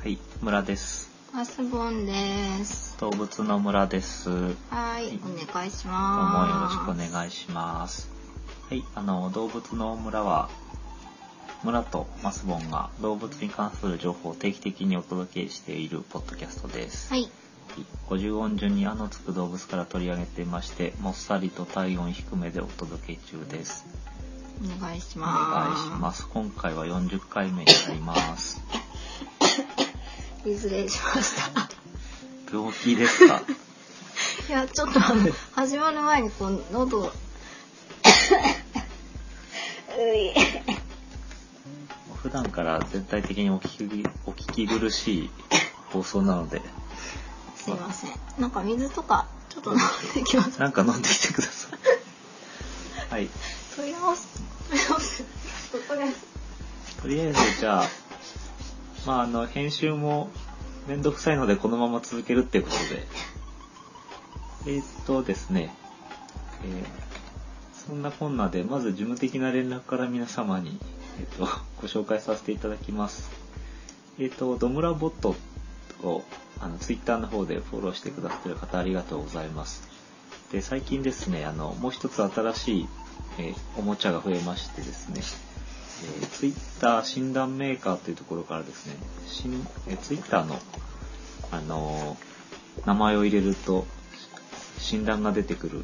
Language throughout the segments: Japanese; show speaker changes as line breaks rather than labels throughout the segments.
はい、村です。
マスボンです。
動物の村です。どうもよ
はい、お願いしま
ろ
す。
しくお願いします。はい、あの、動物の村は、村とマスボンが動物に関する情報を定期的にお届けしているポッドキャストです。
はい、
50音順に「あ」のつく動物から取り上げていましてもっさりと体温低めでお届け中です
お願いし
お
ま
願い
す。
します今回は40回目になります
す。失礼しました。
病気ですか
いや、ちょっとあの、始まる前にこう、喉を、うい。
普段から全体的にお聞きお聞き苦しい放送なのです
いません。なんか水とか、ちょっと飲んでき ます。
なんか飲んできてくださいはい
取り直す。取り直す。ここです。
とりあえずじゃあまああの編集もめんどくさいのでこのまま続けるってことでえーっとですね、えーそんなこんなでまず事務的な連絡から皆様に、えーっとご紹介させていただきますえーっとドムラボットをあのツイッターの方でフォローしてくださってる方ありがとうございますで最近ですねあのもう一つ新しい、えーおもちゃが増えましてですねえー、ツイッター診断メーカーというところからですね、しんえー、ツイッターの、あのー名前を入れると診断が出てくる、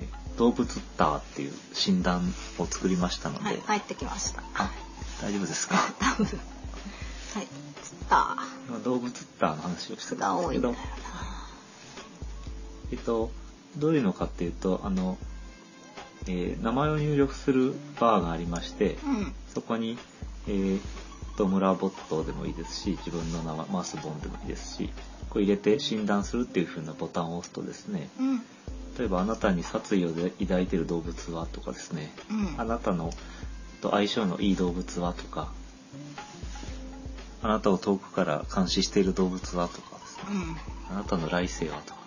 えー動物ターっていう診断を作りましたので、
はい、帰ってきました。
あ大丈夫ですか
多分。はい、釣った。
今動物ターの話をして
靴
た
が
んです
多い
け
んだ
ど
よな。、
えっと、どういうのかっていうと、あの、えー名前を入力するバーがありまして、
うん。
そこに、えー、ドムラボットでもいいですし、自分の名前、マスボンでもいいですし、こう入れて診断するっていう風なボタンを押すとですね、
うん。
例えばあなたに殺意を抱いている動物はとかですね、
うん。
あなたのと相性のいい動物はとか、あなたを遠くから監視している動物はとかですね、
うん。
あなたの来世はとか、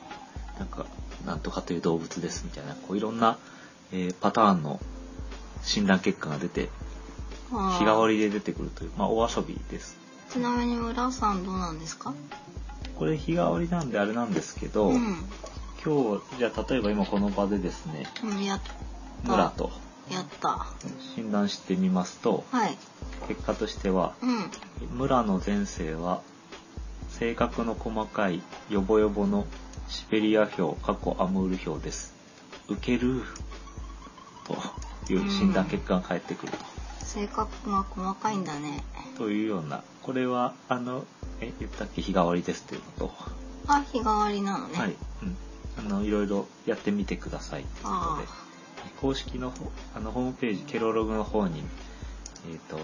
なんか、なんとかという動物ですみたいな、こういろんな、えーパターンの診断結果が出て
あー
日替わりで出てくるという、まあ、お遊びです。
ちなみに村さんどうなんですか
これ日替わりなんであれなんですけど、
うん
今日、じゃあ例えば今この場でですね、
うんや
村と
やった
診断してみますと、
はい
結果としては、
うん
村の前世は、性格の細かい、ヨボヨボのシベリア表、過去アムール表です。受ける、という診断結果が返ってくると。
性格が細かいんだね
というような、これは、あの、え、言ったっけ日替わりですというのと、
あ日替わりなのね、
はい、うん、あのいろいろやってみてくださいということ
あ
で公式のほあのホームページケロログの方に、えっと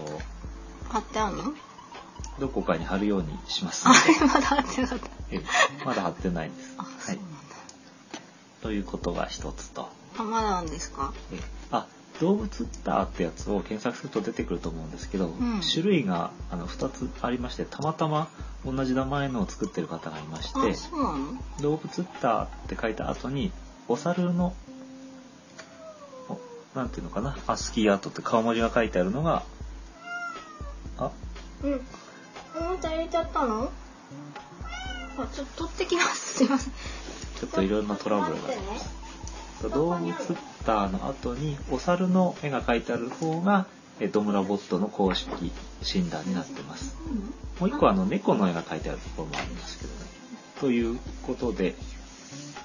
あ貼ってあるの
どこかに貼るようにします
あ
の
れまだ貼ってなかった
で、えまだ貼ってないんです。
あ、
は
そう
い
なん、だ
ということが一つと
あまだあるんですか
えあ動物ターってやつを検索すると出てくると思うんですけど、
ん
種類があの2つありましてたまたま同じ名前のを作ってる方がいまして
あそうなの
動物ターって書いた後にお猿のおなんていうのかなアスキーアートって顔文字が書いてあるのがあ
うんおもちゃ入れちゃったのあちょっと取ってきます すいません
ちょっといろんなトラブルが
待ってね
動物ターの後にお猿の絵が書いてある方がえドムラボットの公式診断になってます
うん
もう一個あの猫の絵が書いてあるところもありますけどねということで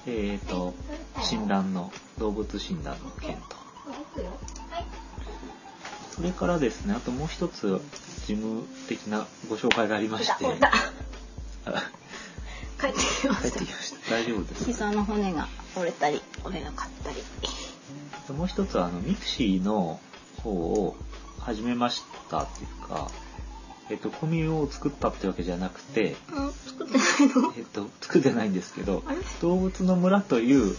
えっ、と診断の動物診断の件と
届くよはい
それからですね、あともう一つ事務的なご紹介がありまして、
来た来た
あ
帰ってきま
帰っ
してた
きました。大丈夫ですか。
膝の骨が折れたり折れなかったり
もう一つはあのミクシーの方を始めましたっていうか、えっとコミュを作ったってわけじゃなくて、
うん作ってないの
えっと作ってないんですけど
あれ、
動物の村という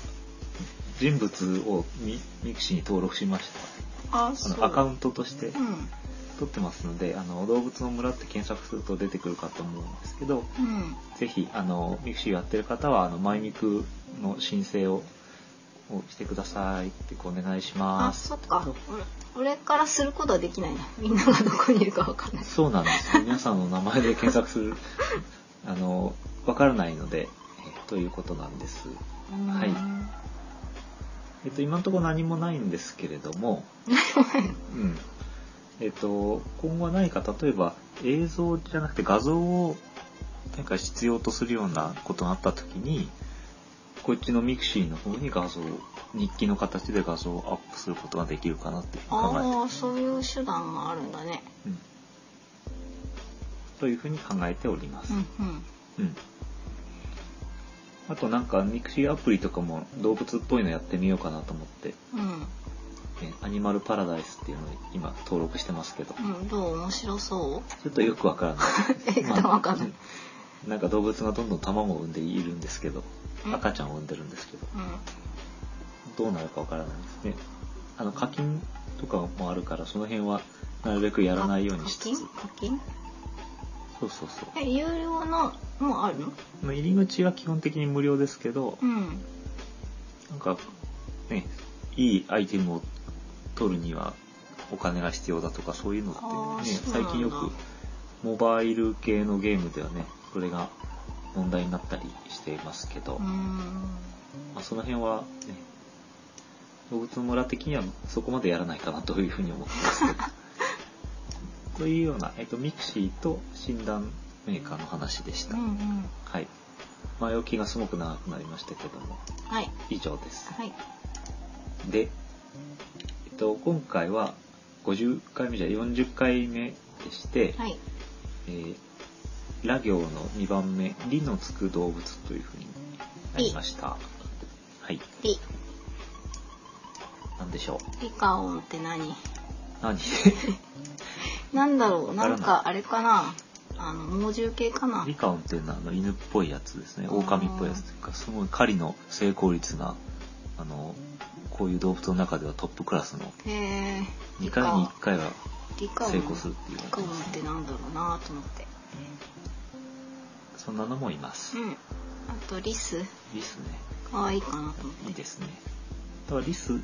人物をミミクシーに登録しました。
あ
あのアカウントとして
うん
撮ってますので、あの動物の村って検索すると出てくるかと思うんですけど。
うん
ぜひ、あの、ミクシーやってる方は、あの、マイミクの申請を、をしてくださいってお願いしま
あ
す。
そっか
と
俺からすることはできないなみんながどこにいるかわかんない
そうなんですよ。皆さんの名前で検索する、 あの、わからないので、えということなんです。はいう
ーん
えっと、今のところ何もないんですけれども、うん。えっと、今後は何か、例えば映像じゃなくて画像を何か必要とするようなことがあったときに、こっちのミクシーの方に画像を、日記の形で画像をアップすることができるかなっていうふうに考えて
ああそういう手段があるんだね
うんというふうに考えております
う。んうん
うん。あとなんか、ミクシーアプリとかも動物っぽいのやってみようかなと思って、
うん
ねアニマルパラダイスっていうのを今登録してますけ ど、
うん、どう面白そう
ちょっとよくわからない。
えっとわかんない、
まあなんか動物がどんどん卵を産んでいるんですけど、
うん
赤ちゃんを産んでるんですけど、
う
どうなるかわからないですね。あの課金とかもあるから、その辺はなるべくや
ん、
らないようにしつつ。
課金課
そうそうそう。
金え有料のもあるの
まあ入り口は基本的に無料ですけど、
うん
なんか、ね、いいアイテムを取るにはお金が必要だとかそういうのっ
あー
てね、
そうな
最
んだ
近よくモバイル系のゲームではね、それが問題になったりしていますけど、
うーん
まあ、その辺はね、動物の村的にはそこまでやらないかなというふうに思ってますけ ど。というような、えっと、ミクシーと診断メーカーの話でし
う
た。
んうん
はい。前置きがすごく長くなりましたけども、
はい
以上です。
はい
で、えっと、今回は50回目じゃ40回目でして、
はい
えーラ行の2番目、理のつく動物というふうになりました。はい。
リ
なんでしょう。
リカオンって何
何
なんだろう
わ
な
からない
んかあれかなあの猛獣系かな
リカオンっていうのはあの犬っぽいやつですね。狼っぽいやつというか、すごい狩りの成功率が、あの、こういう動物の中ではトップクラスの
へえ
2回に1回は
リカオン
成功するっていう
リカオンってなんだろうなと思って
そんなのもいます
う。んあとリス
リスね。
可愛いかなと思って
いいですね。あとはリス、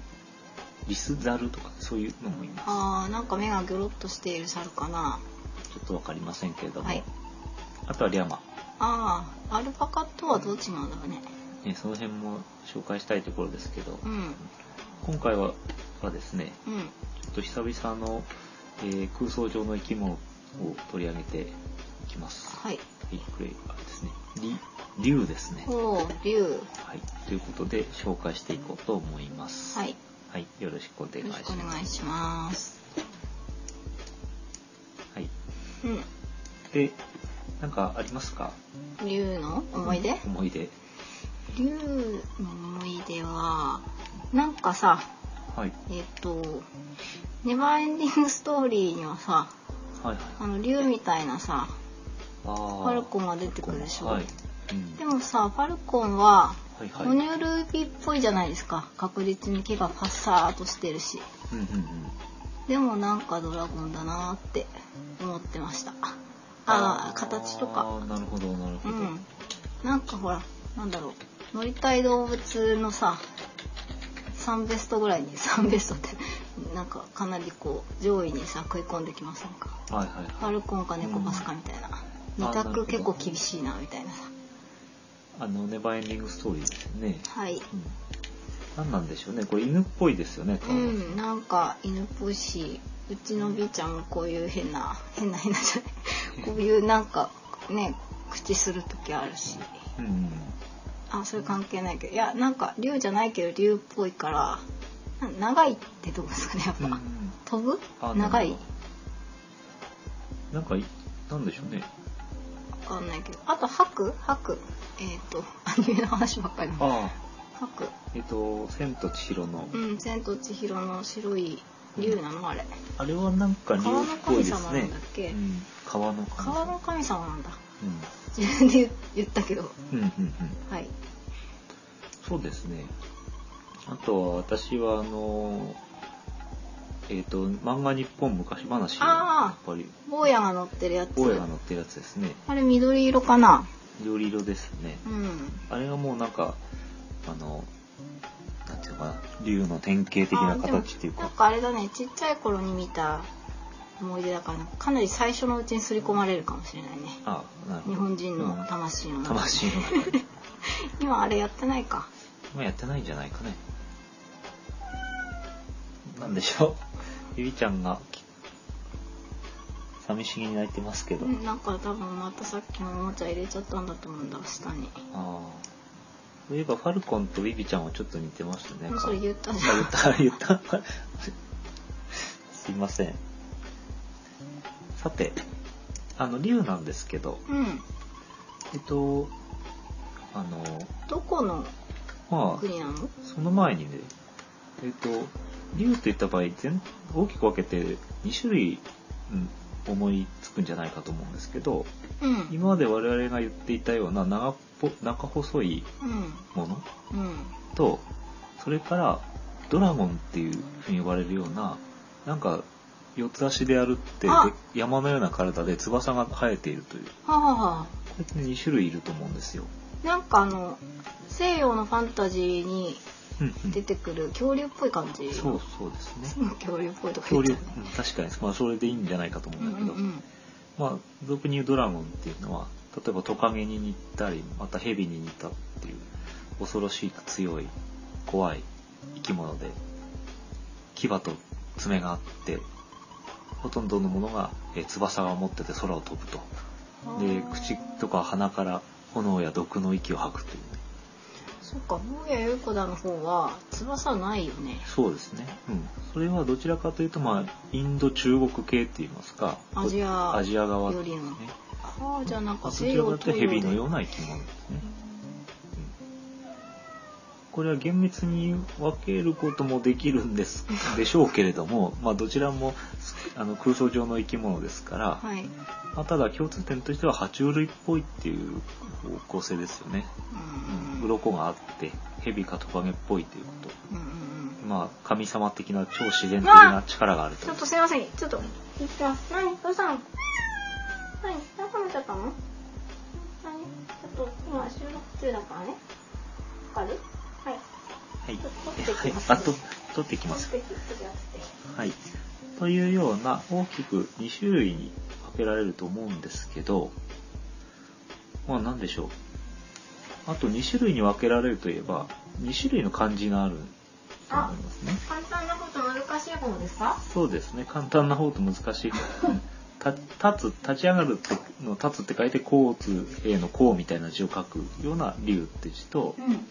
リスザルとかそういうのもいま
あーなんか目がギョロッとしている猿かな
す。ちょっとわかりませんけれども。
はい
あとはリャマ。
ああアルパカとはどっちなんだろうね
ね、その辺も紹介したいところですけど、
うん
今回ははですね、
うん
ちょっと久々の、えー空想上の生き物を取り上げていきます。
はい
はい、これあれですね。り竜ですね。
おお竜
はい、ということで紹介していこうと思います。
はいよ
はい、よろしくお願いし
ろ
ま
し
す
くお。願いします
はい。
う
で、なんかありますか？
ん竜の思い出、
思い出。
竜の思い出はなんかさ
はい。
えっ、とネバーエンディングストーリーにはさ
はいはい。
あの竜みたいなさ
あー
ファルコンが出てくるでしょ、
はい。うん
でもさファルコンは
はいは
哺
い。うんうん
乳類っぽいじゃないですか確実に毛がパッサーっとしてるし
うん。
でもなんかドラゴンだなーって思ってましたああー形とか
あーなるほどなる
う
ほど。
んなんかほらなんだろう乗りたい動物のさ3ベストぐらいに3 ベストってなんかかなりこう上位にさ食い込んできませんか
はいはい
フ
は
ァ
い。
ルコンかネコバスかみたいな、
あ
二
なるほど
択結構厳しいなみたいなさ
あのネバーエンディングストーリーですよね。
はい
うん。何なんでしょうね。これ犬っぽいですよね。
う
顔が
んなんか犬っぽいしうちの B ちゃんもこういう変な変な変なじゃないこういうなんかね口する時あるし
うんうん。
あそれ関係ないけどいやなんか竜じゃないけど竜っぽいからな長いってどうですかねやっぱ、
うんうん
飛ぶ
あなるほど
長い
なんかいなんでしょうね。
わかんないけどあと吐く吐くえっ、と アニメの話ばっかり吐
ああ。
く
えっと、千と千尋の、
うん「千と千尋の白い竜」なのあれ
あれはなんか竜っぽいです
川の神様な
ね
んだっけ。
うん川の神
川の
様。
神様なんだ
うん
自分で言ったけど
うんうんうん。
はい
そうですね。あとは私はあの、えっ、と、漫画日本昔話、や
あ
っぱり、
坊やが乗ってるやつ
大家が載ってるやつですね。
あれ緑色かな
緑色ですね。
うん
あれがもうなんか、あの、なんていうのかな、竜の典型的な形っていう
あでもな
か
ん、かあれだねちっちゃい頃に見た思い出だからかなり最初のうちに刷り込まれるかもしれないね
ああ、なるほ
日
ど。
本人の魂の中に
魂の中に。
今あれやってないか
今やってないんじゃないかね。なんでしょう。ゆいちゃんが、寂しげに泣いてますけど。
うんなんか多分またさっきのおもちゃ入れちゃったんだと思うんだ下に
ああ。そういえば、ファルコンとビビちゃんはちょっと似てましたね。
もうそれ言ったじゃん
言った、言った。 すいません。さて、あの、竜なんですけど、
うん
えっと、あの、
どこの
まあ、
国なの
その前にね、えっと、竜といった場合、全大きく分けて2種類、うん思いつくんじゃないかと思うんですけど、
うん
今まで我々が言っていたような長っぽ、中細い
うん
もの
うん
とそれからドラゴンっていうふうに呼ばれるようななんか四つ足であるってで
あ
山のような体で翼が生えているというこ
はあは
れって2種類いると思うんですよ。
あなんかあの西洋のファンタジーに
うんうん
出てくる恐竜っぽい感じ
そうそうですね。
恐竜っぽいとか
恐
言っち
竜、う
ゃ
ん
うね
確かに、まあ、それでいいんじゃないかと思うんだけど、
うん
まあ、俗に言うドラゴンっていうのは、例えばトカゲに似たり、またヘビに似たっていう、恐ろしく強い、怖い生き物で、牙と爪があって、ほとんどのものが、えー翼を持ってて空を飛ぶと。
うんうん
で、口とか鼻から炎や毒の息を吐くというね。
そっか坊や優子だの方は翼ないよね
そうですね。うん。それはどちらかというと、まあ、インド中国系って言いますか、
アジア
アジア側
よ
で
り
す
の
ね。
はあじゃあなんか
こ
西
ちら
洋
だと
東
ヘ
洋
ビの
で
ような生き物ですね。これは厳密に分けることもできるんですでしょうけれども、まあどちらもあの空想上の生き物ですから、
はい、うん、
まあただ共通点としては爬虫類っぽいっていう方向性ですよね。うん、鱗があって、蛇かトカゲっぽいっていうこと。
うんうんうん
まあ神様的な超自然的な力があると
ちょっとすいませんちょっと行ってます何どうしたの何何かめちゃったの何ちょっと今収録中だからねわかるはい
はい。
ちょっと取って
はい
きます
あと、取ってきます。
ちょっとちょっとやって
はい。というような大きく2種類に分けられると思うんですけど、まあ何でしょう。あと2種類に分けられるといえば、2種類の漢字があると思いますね。
簡単なこと難しい方ですか
そうですね。簡単な方と難しい 方。た立つ、立ち上がるっての立つって書いて、交通への交みたいな字を書くような竜って字と、
うん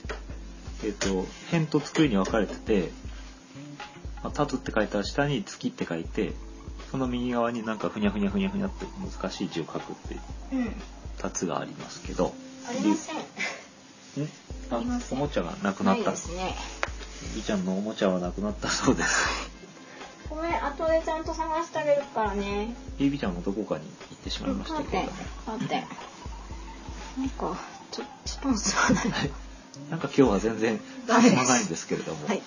えっ、と、辺と机に分かれてて、まあ、立つって書いたら下に月って書いて、その右側になんかふにゃふにゃふにゃふにゃって難しい字を書くっていう
うん
立つがありますけど、
ありません
ん
ありま
あ、
せ
お
ん
もちゃがなくな
な
っ
い
た。
ですね
ゆいちゃんのおもちゃはなくなったそうです。
ごめん後でちゃんと探してあげるからね
ゆびちゃんもどこかに行ってしまいました
待っ
けれ
て
ども。
待ってなんかちょちょっともすまない
はい なんか今日は全然
ダメ
進まないんですけれども。
はい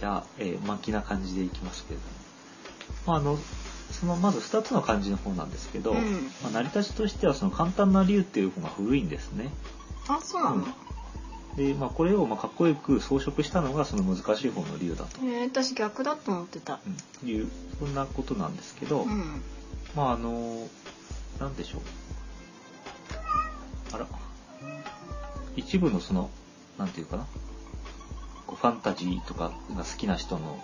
じゃあ、えー、巻きな感じでいきますけれども。まあ、あの、その、まず2つの漢字の方なんですけど、
うん
まあ、成り立ちとしては、その簡単な竜っていう方が古いんですね。
あそうなの、
で、まあ、これを、まあ、かっこよく装飾したのが、その難しい方の竜だと。
えー、私逆だと思ってた
うん、いう、そんなことなんですけど、
うん
まあ、あの、なんでしょう。あら。一部のその、なんていうかな。こうファンタジーとかが好きな人の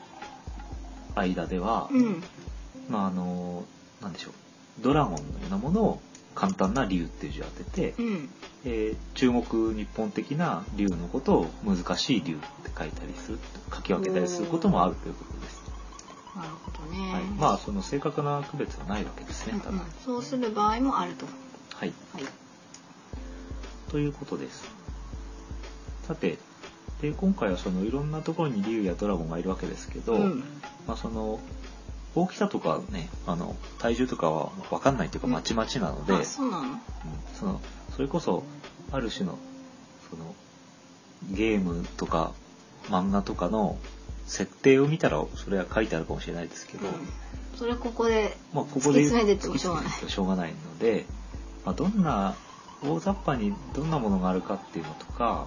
間では、
うん
まあ、あの、なんでしょう。ドラゴンのようなものを簡単な竜っていう字を当てて、
うん
えー中国日本的な竜のことを難しい竜って書いたりする、書き分けたりすることもあるということです。
なるほどね、
はい、まあ、その正確な区別はないわけですね、ただ。
うんうん、そうする場合もあると
はい。
はい
ということです。さて、で今回はそのいろんなところに竜やドラゴンがいるわけですけど、
うん
まあその大きさとかね、あの体重とかはわかんないというか
うん
まちまちなので、うん
あそうなの
そのそれこそある種のそのゲームとか漫画とかの設定を見たらそれは書いてあるかもしれないですけど、
うんそれここで
まあ、ここで
突き詰めてってもしょうがない
突き詰めてってもしょうがないので、まあ、どんな大雑把にどんなものがあるかっていうのとか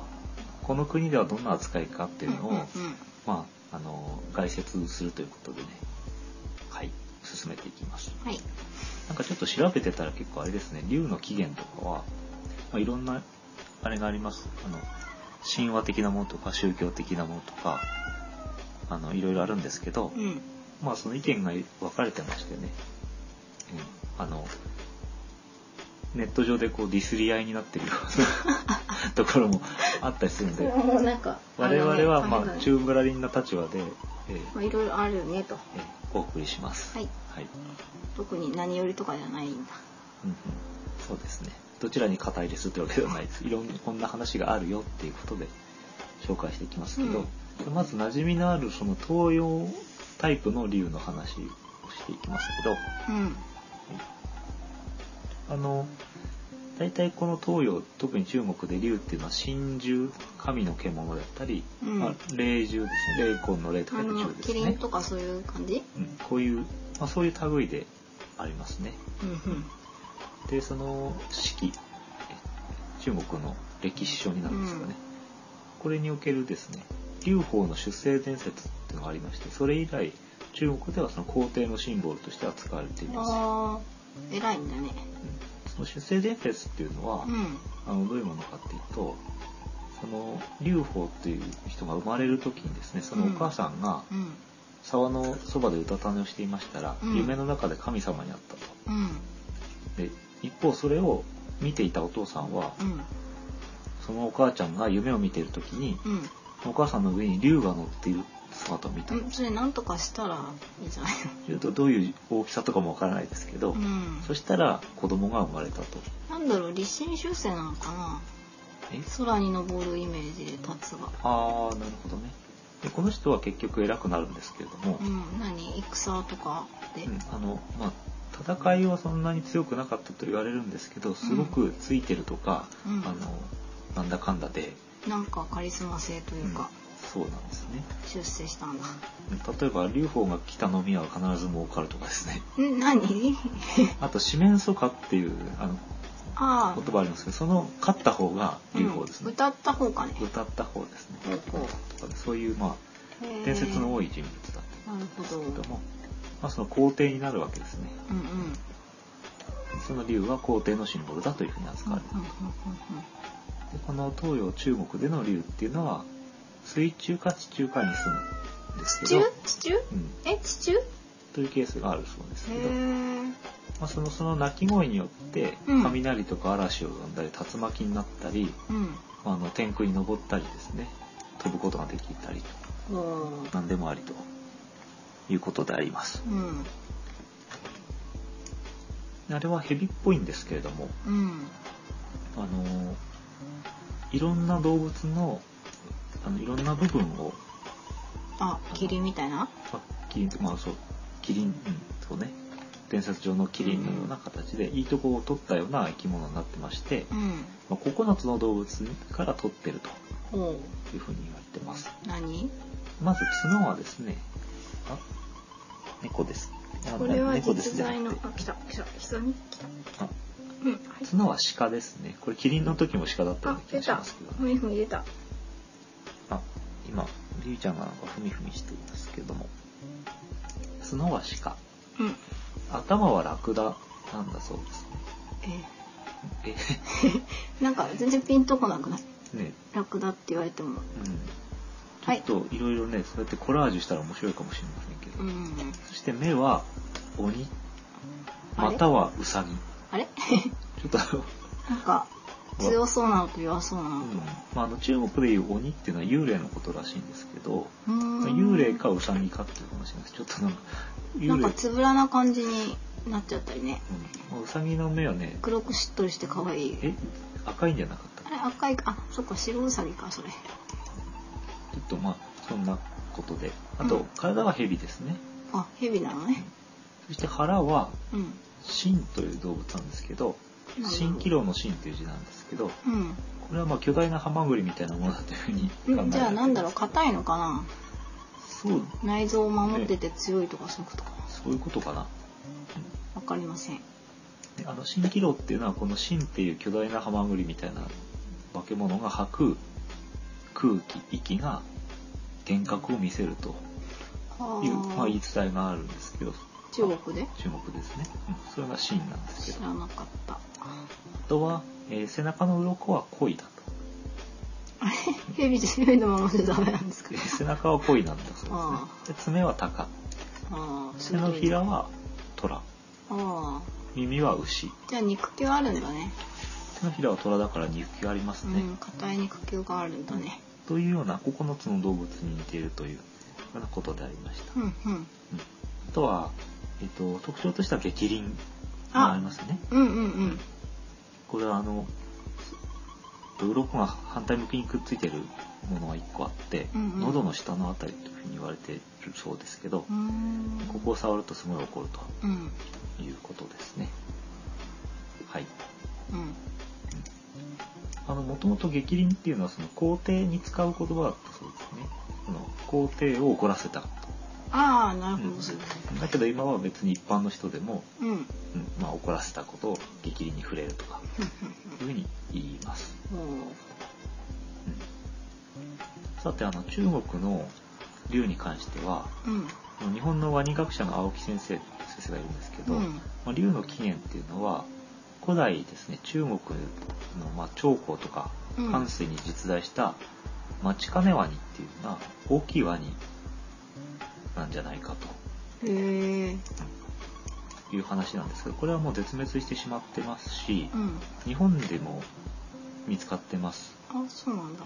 この国ではどんな扱いかっていうのを、
うんうん
まあ、あの、概説するということでね、はい、進めていきます。
はい
なんかちょっと調べてたら結構あれですね、竜の起源とかは、まあ、いろんな、あれがあります。あの、神話的なものとか宗教的なものとか、あの、いろいろあるんですけど、
うん
まあその意見が分かれてましてね、うん、あの、ネット上でこうディスり合いになってるよう なところもあったりするん
それ
で、
はもうなんかあの
我
ね
々はま
あれ
あ
だね
中ぶらりんな立場で、えー
まあいろいろあるよねと
えーお送りします。
はい
はい
特に何よりとかじゃないんだ
うんうんそうですね。どちらに肩入れするというわけではないです。いろんな、こんな話があるよっていうことで紹介していきますけど、まず馴染みのあるその東洋タイプの竜の話をしていきますけど、
うん
あの、大体この東洋、特に中国で竜っていうのは神獣、神の獣だったり、
うん
まあ、霊獣ですね。霊魂の霊とか
あ
で
の
獣です
キリン
ね。
とかそういう感じ
うん、こういう、まあ、そういう類でありますね。
うんうん
でその四季え中国の歴史書になるんですかね、これにおけるですね劉邦の出生伝説っていうのがありましてそれ以来中国ではその皇帝のシンボルとして扱われています、
あー偉いんだね
うんその出生伝説っていうのは、
うん
あのどういうものかっていうとその劉邦っていう人が生まれる時にですねそのお母さんが
うん
沢のそばでうたた寝をしていましたら、
うん
夢の中で神様に会ったと
うん
で一方それを見ていたお父さんは、
うん
そのお母ちゃんが夢を見ている時に
うん
お母さんの上に竜が乗っている姿を見た
うんそれなんとかしたらいいじゃない
ちょっとどういう大きさとかもわからないですけど、
のうん
そしたら子供が生まれたと
なんだろう立身修正なのかな
え
空に昇るイメージで立つが
ああなるほどねでこの人は結局偉くなるんですけれども
う、ん何戦とかで
うんあのまあ戦いはそんなに強くなかったと言われるんですけどすごくついてるとか、
うん
あのなんだかんだで、
なんかカリスマ性というか
そうなんですね
出世したんだ
例えば劉邦が来た飲み屋は必ず儲かるとかです ね
ん何
あと四面楚歌っていうあの
ああ
言葉ありますけどその勝った方が
う
劉邦です
ん
ね、
歌った方かね
歌った方ですね
ほうほう
とかそういうまあ伝説の多
い
い人物だった
なるほどうん
んですけども、まあ、その皇帝になるわけですね
うんうんうん
その竜は皇帝のシンボルだというふうに扱われて
うん
でこの東洋中国での竜っていうのは水中か地中かに住むんです
地
けど
中地中
うん、
え地中へ
というケースがあるそうですけど、
え
まあ、そのその鳴き声によって
うん
雷とか嵐を呼んだり竜巻になったり、
うん
あの天空に登ったりですね飛ぶことができたりと
おー
何でもありということであります
うん
あれは蛇っぽいんですけれども
うん
あのーいろんな動物のあのいろんな部分を
あ霧みたいな
まあキリンまあそうキリン、うん、そうね伝説上のキリンのような形でいいとこを取ったような生き物になってまして、
うん
まあ、9つの動物から取ってると
おう
いうふうに言われてます
何
まず角はですね、あ、猫です。あ
これは
猫
実
ですじゃな
在の
くて
あ来た来た久に来た
あ
うんはい
角は鹿ですね。これキリンの時も鹿だったような
あ
気
出
がしたますけど、
ふみふみ出た
あ、今、りゅうちゃんがなんかふみふみしていますけども。角は鹿。
うん
頭はラクダなんだそうです
え
ね。
なんか全然ピンとこなくなっ
え、 ね、
ラクダって言われても
うん。
はい
ちょっといろいろね、そうやってコラージュしたら面白いかもしれませんけど。
うん
そして目は鬼、
あれ
またはウサギ。
あ れ
ちょっ と
なんか強そうなのと弱そうなの
うんまあ、あの中国でいう鬼っていうのは幽霊のことらしいんですけど、
うーん
幽霊かウサギかっていう話なんですちょっとなんか
な
幽
ん
霊
かつぶらな感じになっちゃったりね
うんまあウサギの目はね
黒くしっとりして可愛い
え赤いんじゃなかった
あれ赤いあそっか白ウサギかそれ
ちょっとまあそんなことであと、
うん
体は蛇ですね
あ蛇なのね
そして腹は
うん
神という動物なんですけど
なるほど
蜃気楼の神という字なんですけど
うん
これはまあ巨大なハマグリみたいなものだというふうに考えられて
うんじゃあなんだろう
ます
硬いのかな
そう
内臓を守ってて強いとかそういうことかな
そういうことかな
わかりません
であの蜃気楼っていうのはこの蜃っていう巨大なハマグリみたいな化け物が吐く空気息が幻覚を見せると
あ
いう、
ー
まあ、言い伝えがあるんですけど
中国で
注目ですね、うん、それがシーンなんですけ
知
ど
らなかった
あとは、えー背中の鱗は恋だと
あれ 蛇じゃ蛇のままじゃダメなんですか
えー背中は恋なんだそう
あ
ですねで爪は鷹
ああす
手の
ごい
ひら
あ
は虎
あ
耳は牛
じゃあ肉球あるんだね
手のひらは虎だから肉球ありますね、
うん硬い肉球があるんだね
というような9つの動物に似ているというようなことでありました、
う
うん
んうん
あとは、えっと特徴としては激鱗
あ
がありますね
うんうんうん
これはあの鱗が反対向きにくっついてるものが1個あって、
うんうん
喉の下のあたりというふうに言われてるそうですけど、
うーん
ここを触るとすごい怒る
うん
ということですねはい
うん
あの、もともと激鱗っていうのはその皇帝に使う言葉だったそうですね。その皇帝を怒らせた。
ああなる
う
ほどそうだね
ん、だけど今は別に一般の人でも、
うんうん
うん、まあ怒らせたことを激鱗に触れるとか、いうふうに言います。
うんうんおー
うん、さて、あの、中国の竜に関しては、
うん
あの日本のワニ学者の青木先生、先生がいるんですけど、
うん
まあ、竜の起源っていうのは古代ですね中国の、まあ、長江とか
うん
関西に実在した待ち金ワニっていうのは大きいワニなんじゃないか
へえ
という話なんですけどこれはもう絶滅してしまってますし
うん
日本でも見つかってます
あそうなんだ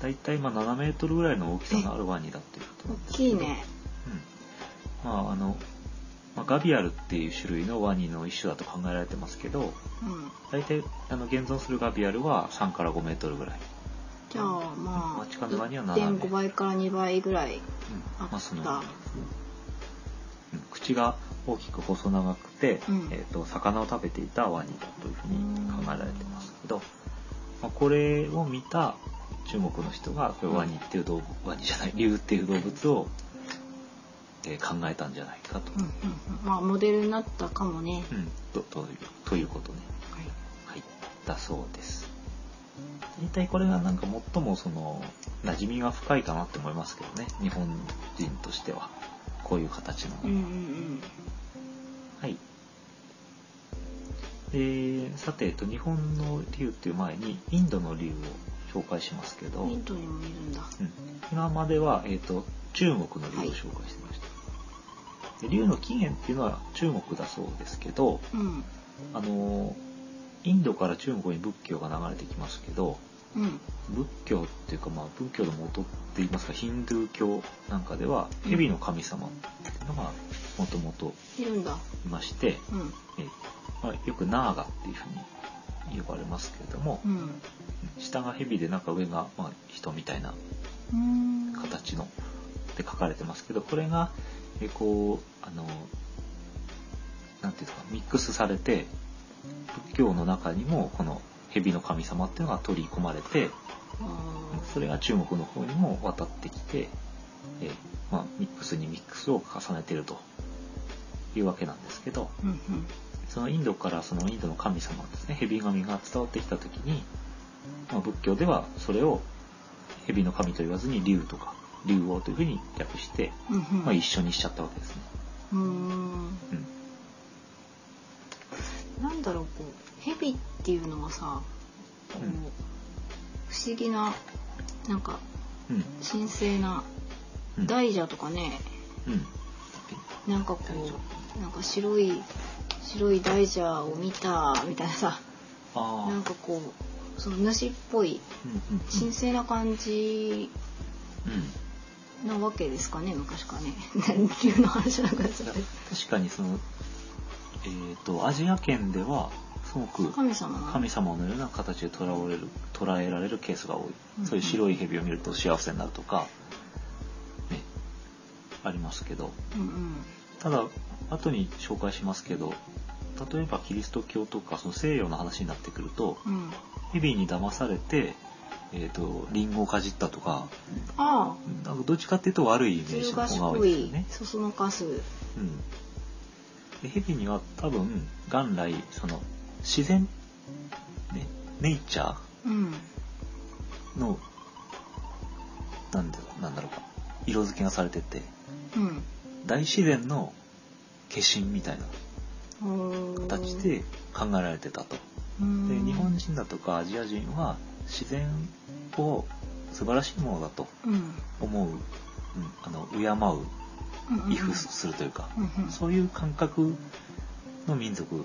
大体まあ7メートルぐらいの大きさのあるワニだということなんで
大
すけ
きい
ど
ね
うん、まああの、まあ、ガビアルっていう種類のワニの一種だと考えられてますけど
うん
大体あの現存するガビアルは3から5メートルぐらい、
じゃあまあ
街角側には斜め
1.5倍から2倍ぐらい
うんまあその
あっ
うん口が大きく細長くて、
うん
えー、と魚を食べていたワニだというふうに考えられてますけど、まあ、これを見た中国の人がこれワニっていう動物、ワニじゃない竜っていう動物を、えー考えたんじゃないかと,、
うんうんうんまあモデルになったかもね、
うんとというということね。
はい
はい、だそうです。大体これがなんか最もその馴染みが深いかなって思いますけどね日本人としてはこういう形の、
うんうん
はいでさて、えっと、日本の竜っていう前にインドの竜を紹介しますけど、
うん
う
イ
ん
ン、ドにもいるんだ
今までは、えっと、中国の竜を紹介してました、で竜の起源っていうのは中国だそうですけど、
うん
あのインドから中国に仏教が流れてきますけど
うん
仏教っていうかまあ仏教の元って言いますかヒンドゥー教なんかでは蛇の神様っていうのがもともと
いるんだ
いまして、
うん
えまあ、よくナーガっていうふうに呼ばれますけれども、
うん
下が蛇でなんか上がまあ人みたいな
うん
形のって書かれてますけどこれがえこうあのなんていうんですかミックスされて仏教の中にもこの蛇の神様っていうのが取り込まれて
あ
それが中国の方にも渡ってきて、えまあ、ミックスにミックスを重ねてるというわけなんですけど
ーうんうん
そのインドからそのインドの神様ですね蛇神が伝わってきた時に、まあ、仏教ではそれを蛇の神と言わずに竜とか竜王というふうに略して、
うんうん
まあ、一緒にしちゃったわけですね。
うーん
うん
なんだろうこう蛇っていうのがさこう、
うん
不思議ななんか
うん
神聖な
うん
大蛇とかね、
うん
なんかこうなんか白い白い大蛇を見たみたいなさ
ああ
なんかこうその主っぽい
うんうんうん
神聖な感じ
うん
なわけですかね昔からね 急な話なんかちゃって
確かにそのえっ、とアジア圏ではすごく
神様な
神様のような形で捉われる捉えられるケースが多
うん
いそういう白い蛇を見ると幸せになるとか、ね、ありますけど
うんうん
ただ後に紹介しますけど例えばキリスト教とかその西洋の話になってくると
うん
蛇に騙されて、えー、とリンゴをかじったとか
ああ
なんかどっちかっていうと悪いイメー
ず
ジ
る
の方が多
賢
いですよ
い
ね。
そそのかす
うん、で蛇には多分元来その自然、ね、ネイチャー
うん
のなんでなんだろうか色付けがされてて
うん
大自然の化身みたいな
おー
形で考えられてたと。
うん
で日本人だとかアジア人は自然を素晴らしいものだと
うん
思う、うん、あの敬
うんうん
う畏怖するというか、
うんうん
そういう感覚の民族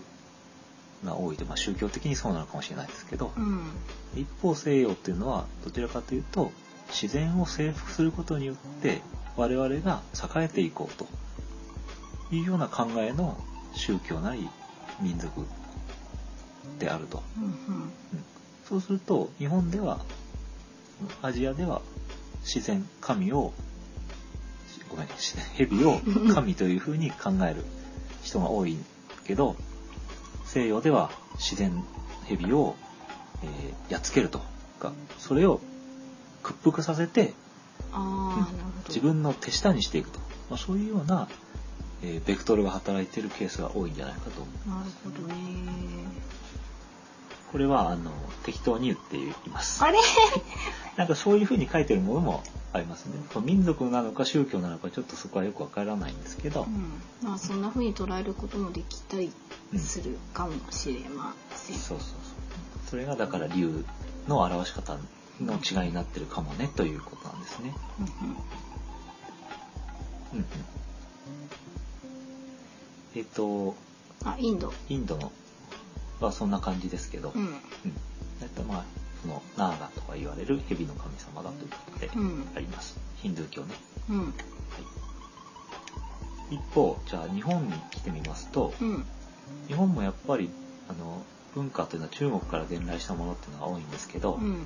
が多いと、まあ、宗教的にそうなのかもしれないですけど、
うん
一方西洋っていうのはどちらかというと自然を征服することによって我々が栄えていこうというような考えの宗教なり民族であると。
うん
うんそうすると日本ではアジアでは自然神をしごめん自然蛇を神というふうに考える人が多いけど西洋では自然蛇を、えーやっつけるとかそれを屈服させて
ああなるほど
自分の手下にしていくと、まあ、そういうような、えーベクトルが働いているケースが多いんじゃないかと思う。
なるほどね
これはあの適当に言っています。
あれ
なんかそういう風に書いてるものもありますね。こう民族なのか宗教なのかちょっとそこはよくわからないんですけど
う、んまあそんな風に捉えることもできたりするかもしれません
そうそうそう。それがだから竜の表し方の違いになってるかもねということなんですね。
うんうん
うんうん。えっ、と、
あインド
インドのはそんな感じですけど、
うん
うん。えっとまあ、そのナーガとか言われる蛇の神様だということで
うん
あります。ヒンドゥー教ね。
うん
はい。一方、じゃあ日本に来てみますと、
うん
日本もやっぱりあの文化というのは中国から伝来したものっていうのが多いんですけど
うんうん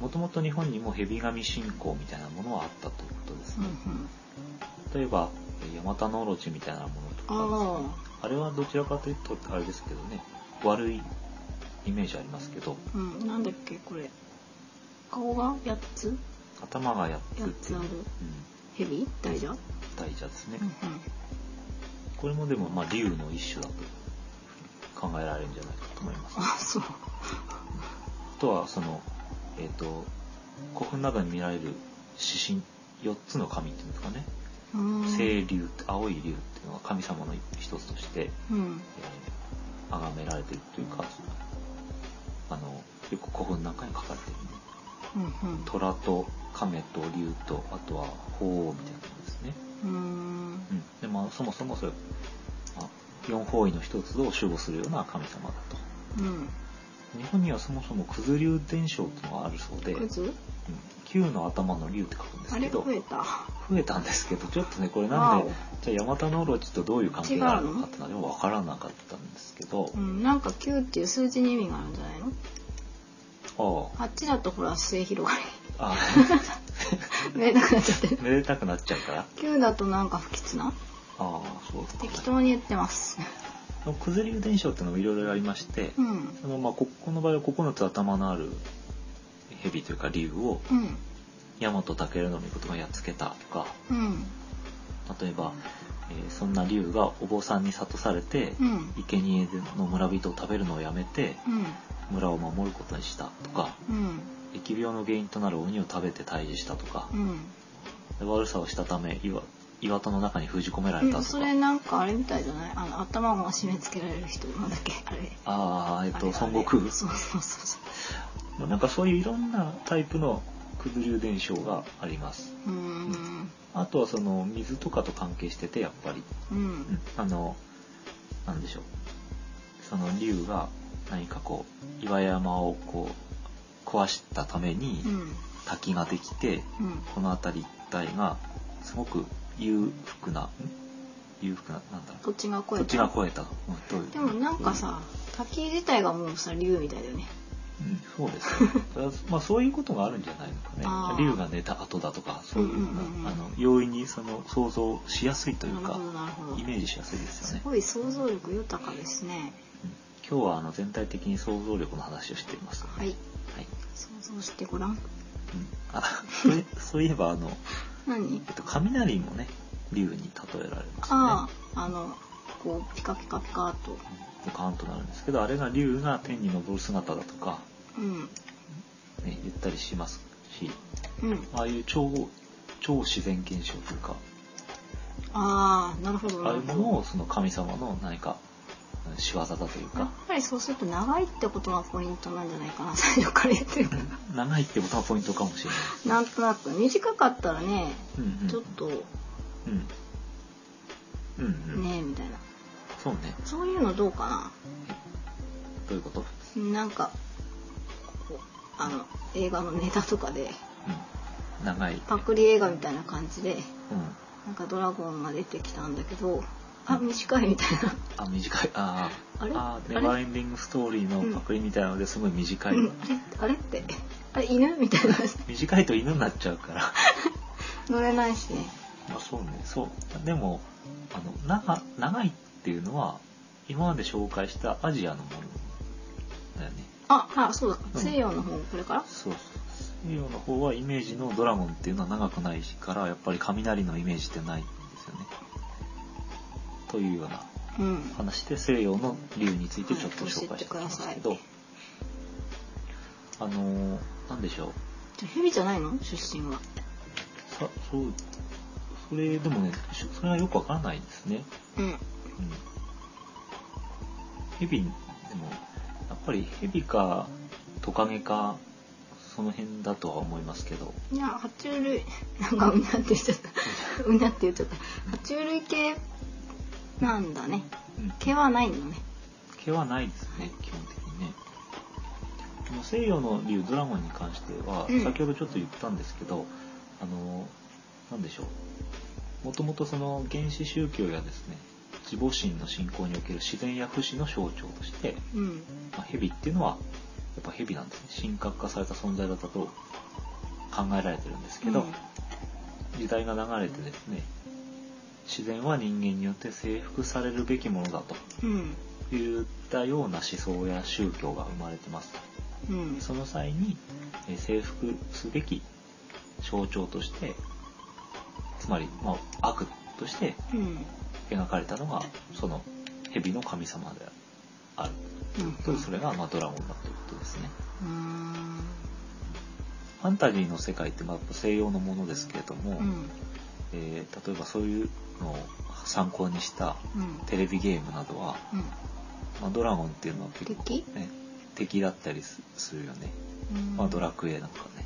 もともと日本にも蛇神信仰みたいなものはあったということです
う
ね、
ん
例えばえーヤマタノオロチみたいなものと
あ
か
あ
あれはどちらかというとあれですけどね悪いイメージありますけど
うんなんだっけこれ顔が8つ
頭がやつ
8
ってい
つ
う、
あ
うん
る、蛇大蛇うん
大蛇ですね、
うん
これもでもまあ竜の一種だと考えられるんじゃないかと思います
あそう
あとはその、えっと古墳などに見られる指針4つの神っていうんですかね
うん
青龍って青い龍っていうのは神様の一つとして、
うん
えー崇められてるというかあの結構古墳なんかに書かれてるね
うんうん
虎と亀と龍とあとは鳳凰みたいなものですね、
うん
うん、でまあそもそもそれあ四方位の一つを守護するような神様だと
うん
日本にはそもそも九頭龍伝承っていうのがあるそうで
クズ
うん九の頭の竜って書くんで
あ
すけ
れ
ど増
増えた
えたんですけどちょっとねこれな
わ
んでじゃあヤマタノオロチとどういう関係があるのかっていうのはでも分からなかったんですけど、
おうんなんか9っていう数字に意味があるんじゃないの
あ
8だとほら末広が
ああ
り 見えなくなっちゃってる
めでたくなっちゃうからあ
9だとなんか不吉な
あそうですか
適当に言ってます
ね九頭竜伝承っていうのもいろいろありまして、
うんうん
そのまあここの場合は9つ頭のある蛇というか竜を大和武尊の御事がやっつけたとか
うん
例えば、えーそんな竜がお坊さんに諭されて、
うん
生贄の村人を食べるのをやめて
うん
村を守ることにしたとか
うん
疫病の原因となる鬼を食べて退治したとか
う、ん
で悪さをしたため岩岩戸の中に封じ込められ
う
た
ん、
とか、
それなんかあれみたいじゃないあの頭を締め付けられる人なんだっけあれ
ああえっ
あれ
と孫悟空
そうそうそうそう
なんかそういういろんなタイプの九頭竜伝承があります
うーん
あとはその水とかと関係しててやっぱり、
う
うん
ん
あのなんでしょうその竜が何かこう岩山をこう壊したために
うん
滝ができて、
うん
この辺り一帯がすごく裕福なん裕福ななんだろう
土地が超
こ
え
っち
た
が超えたうんどういう
でもなんかさ滝自体がもうさ竜みたいだよね
うん、そうです、ね、 それはまあそういうことがあるんじゃないのか
あ
ね
ー
竜が寝た後だとかそういうのが、
うんうんうんうん
あの容易にその想像しやすいという
なる
か
ほどなるほど
イメージしやすいです
す
よね、
ごい想像力豊かですね
うん今日はあの全体的に想像力の話をしています、は
はい
い
想像してごらん
うん、あそういそういえばあの、
何
えっと、雷もね竜に例えられますよ
あ
ね
ああのこうピカピカピカっと
ドカーンとなるんですけどあれが竜が天に昇る姿だとか、
うん
ね、言ったりしますしし、
うん
ああいう超、超自然現象というか、
ああなるほど
ああい
な
うも
るほ
の
ど
をその神様の何かうん仕業だという
やっ
か、
ぱりそうすると長いってことがポイントなんじゃないかな最初から言ってるか ら
長いってことがポイントかもしれないです。
なんとなく短かったらね
うんうん
ちょっとね
うん。うんうん。
みたいな
そうね。
そういうのどうか
どういうこと
ななんかこうあの映画のネタとかで
うん。長い。うん。
パクリ映画みたいな感じでなんかドラゴンが出てきたんだけどあ短いみたいな
あ、短い。ああ。
あれ
あーネ
あれ
バーエンディングストーリーのパクリみたいなのですごい短い。
うん あれあれってあれ犬みたいな
短いと犬になっちゃうから。
乗れないしね
まあそうね。そう。でも、あの、長、長いっていうのは、今まで紹介したアジアのものだよね。
ああそうだ
うん
西洋の方これから
そうそう。西洋の方はイメージのドラゴンっていうのは長くないから、やっぱり雷のイメージってないんですよね。というような
うん
話で西洋の竜についてちょっと紹介していきますけど、
はい
あのー、なんでしょう。
じゃあ蛇じゃないの出身は
さ、そう、それでもね、しそれはよくわからないですね。
うん
うん。ヘビ、でも、やっぱりヘビかトカゲか、その辺だとは思いますけど、
いや、爬虫類、なんかうにゃって言っちゃった。うにゃって言っちゃった。爬虫類系なんだね。
うん
毛はないのね。
毛はないですね、基本的にね。この西洋の竜ドラゴンに関しては、
うん
先ほどちょっと言ったんですけど、あの、なんでしょう。もともとその原始宗教やですね、自母神の信仰における自然や不死の象徴として、
うん。
まあ、蛇っていうのは、やっぱ蛇なんですね。神格化された存在だったと考えられてるんですけど、時代が流れてですね、自然は人間によって征服されるべきものだと
うん。
言ったような思想や宗教が生まれてます。
うん。
その際に、えー征服すべき象徴として、つまり、まあ、悪として
うん。
描かれたのが、その蛇の神様である。
うん。
とそれが、まあ、ドラゴンだということですね。
うーん。
ファンタジーの世界って、まあ、やっぱ西洋のものですけれども、
うん。
えー例えばそういうのを参考にした
うん。
テレビゲームなどは、
うん。
まあ、ドラゴンっていうのは結構、
敵
ね、敵だったりすするよね。
うん
まあ、ドラクエなんかね。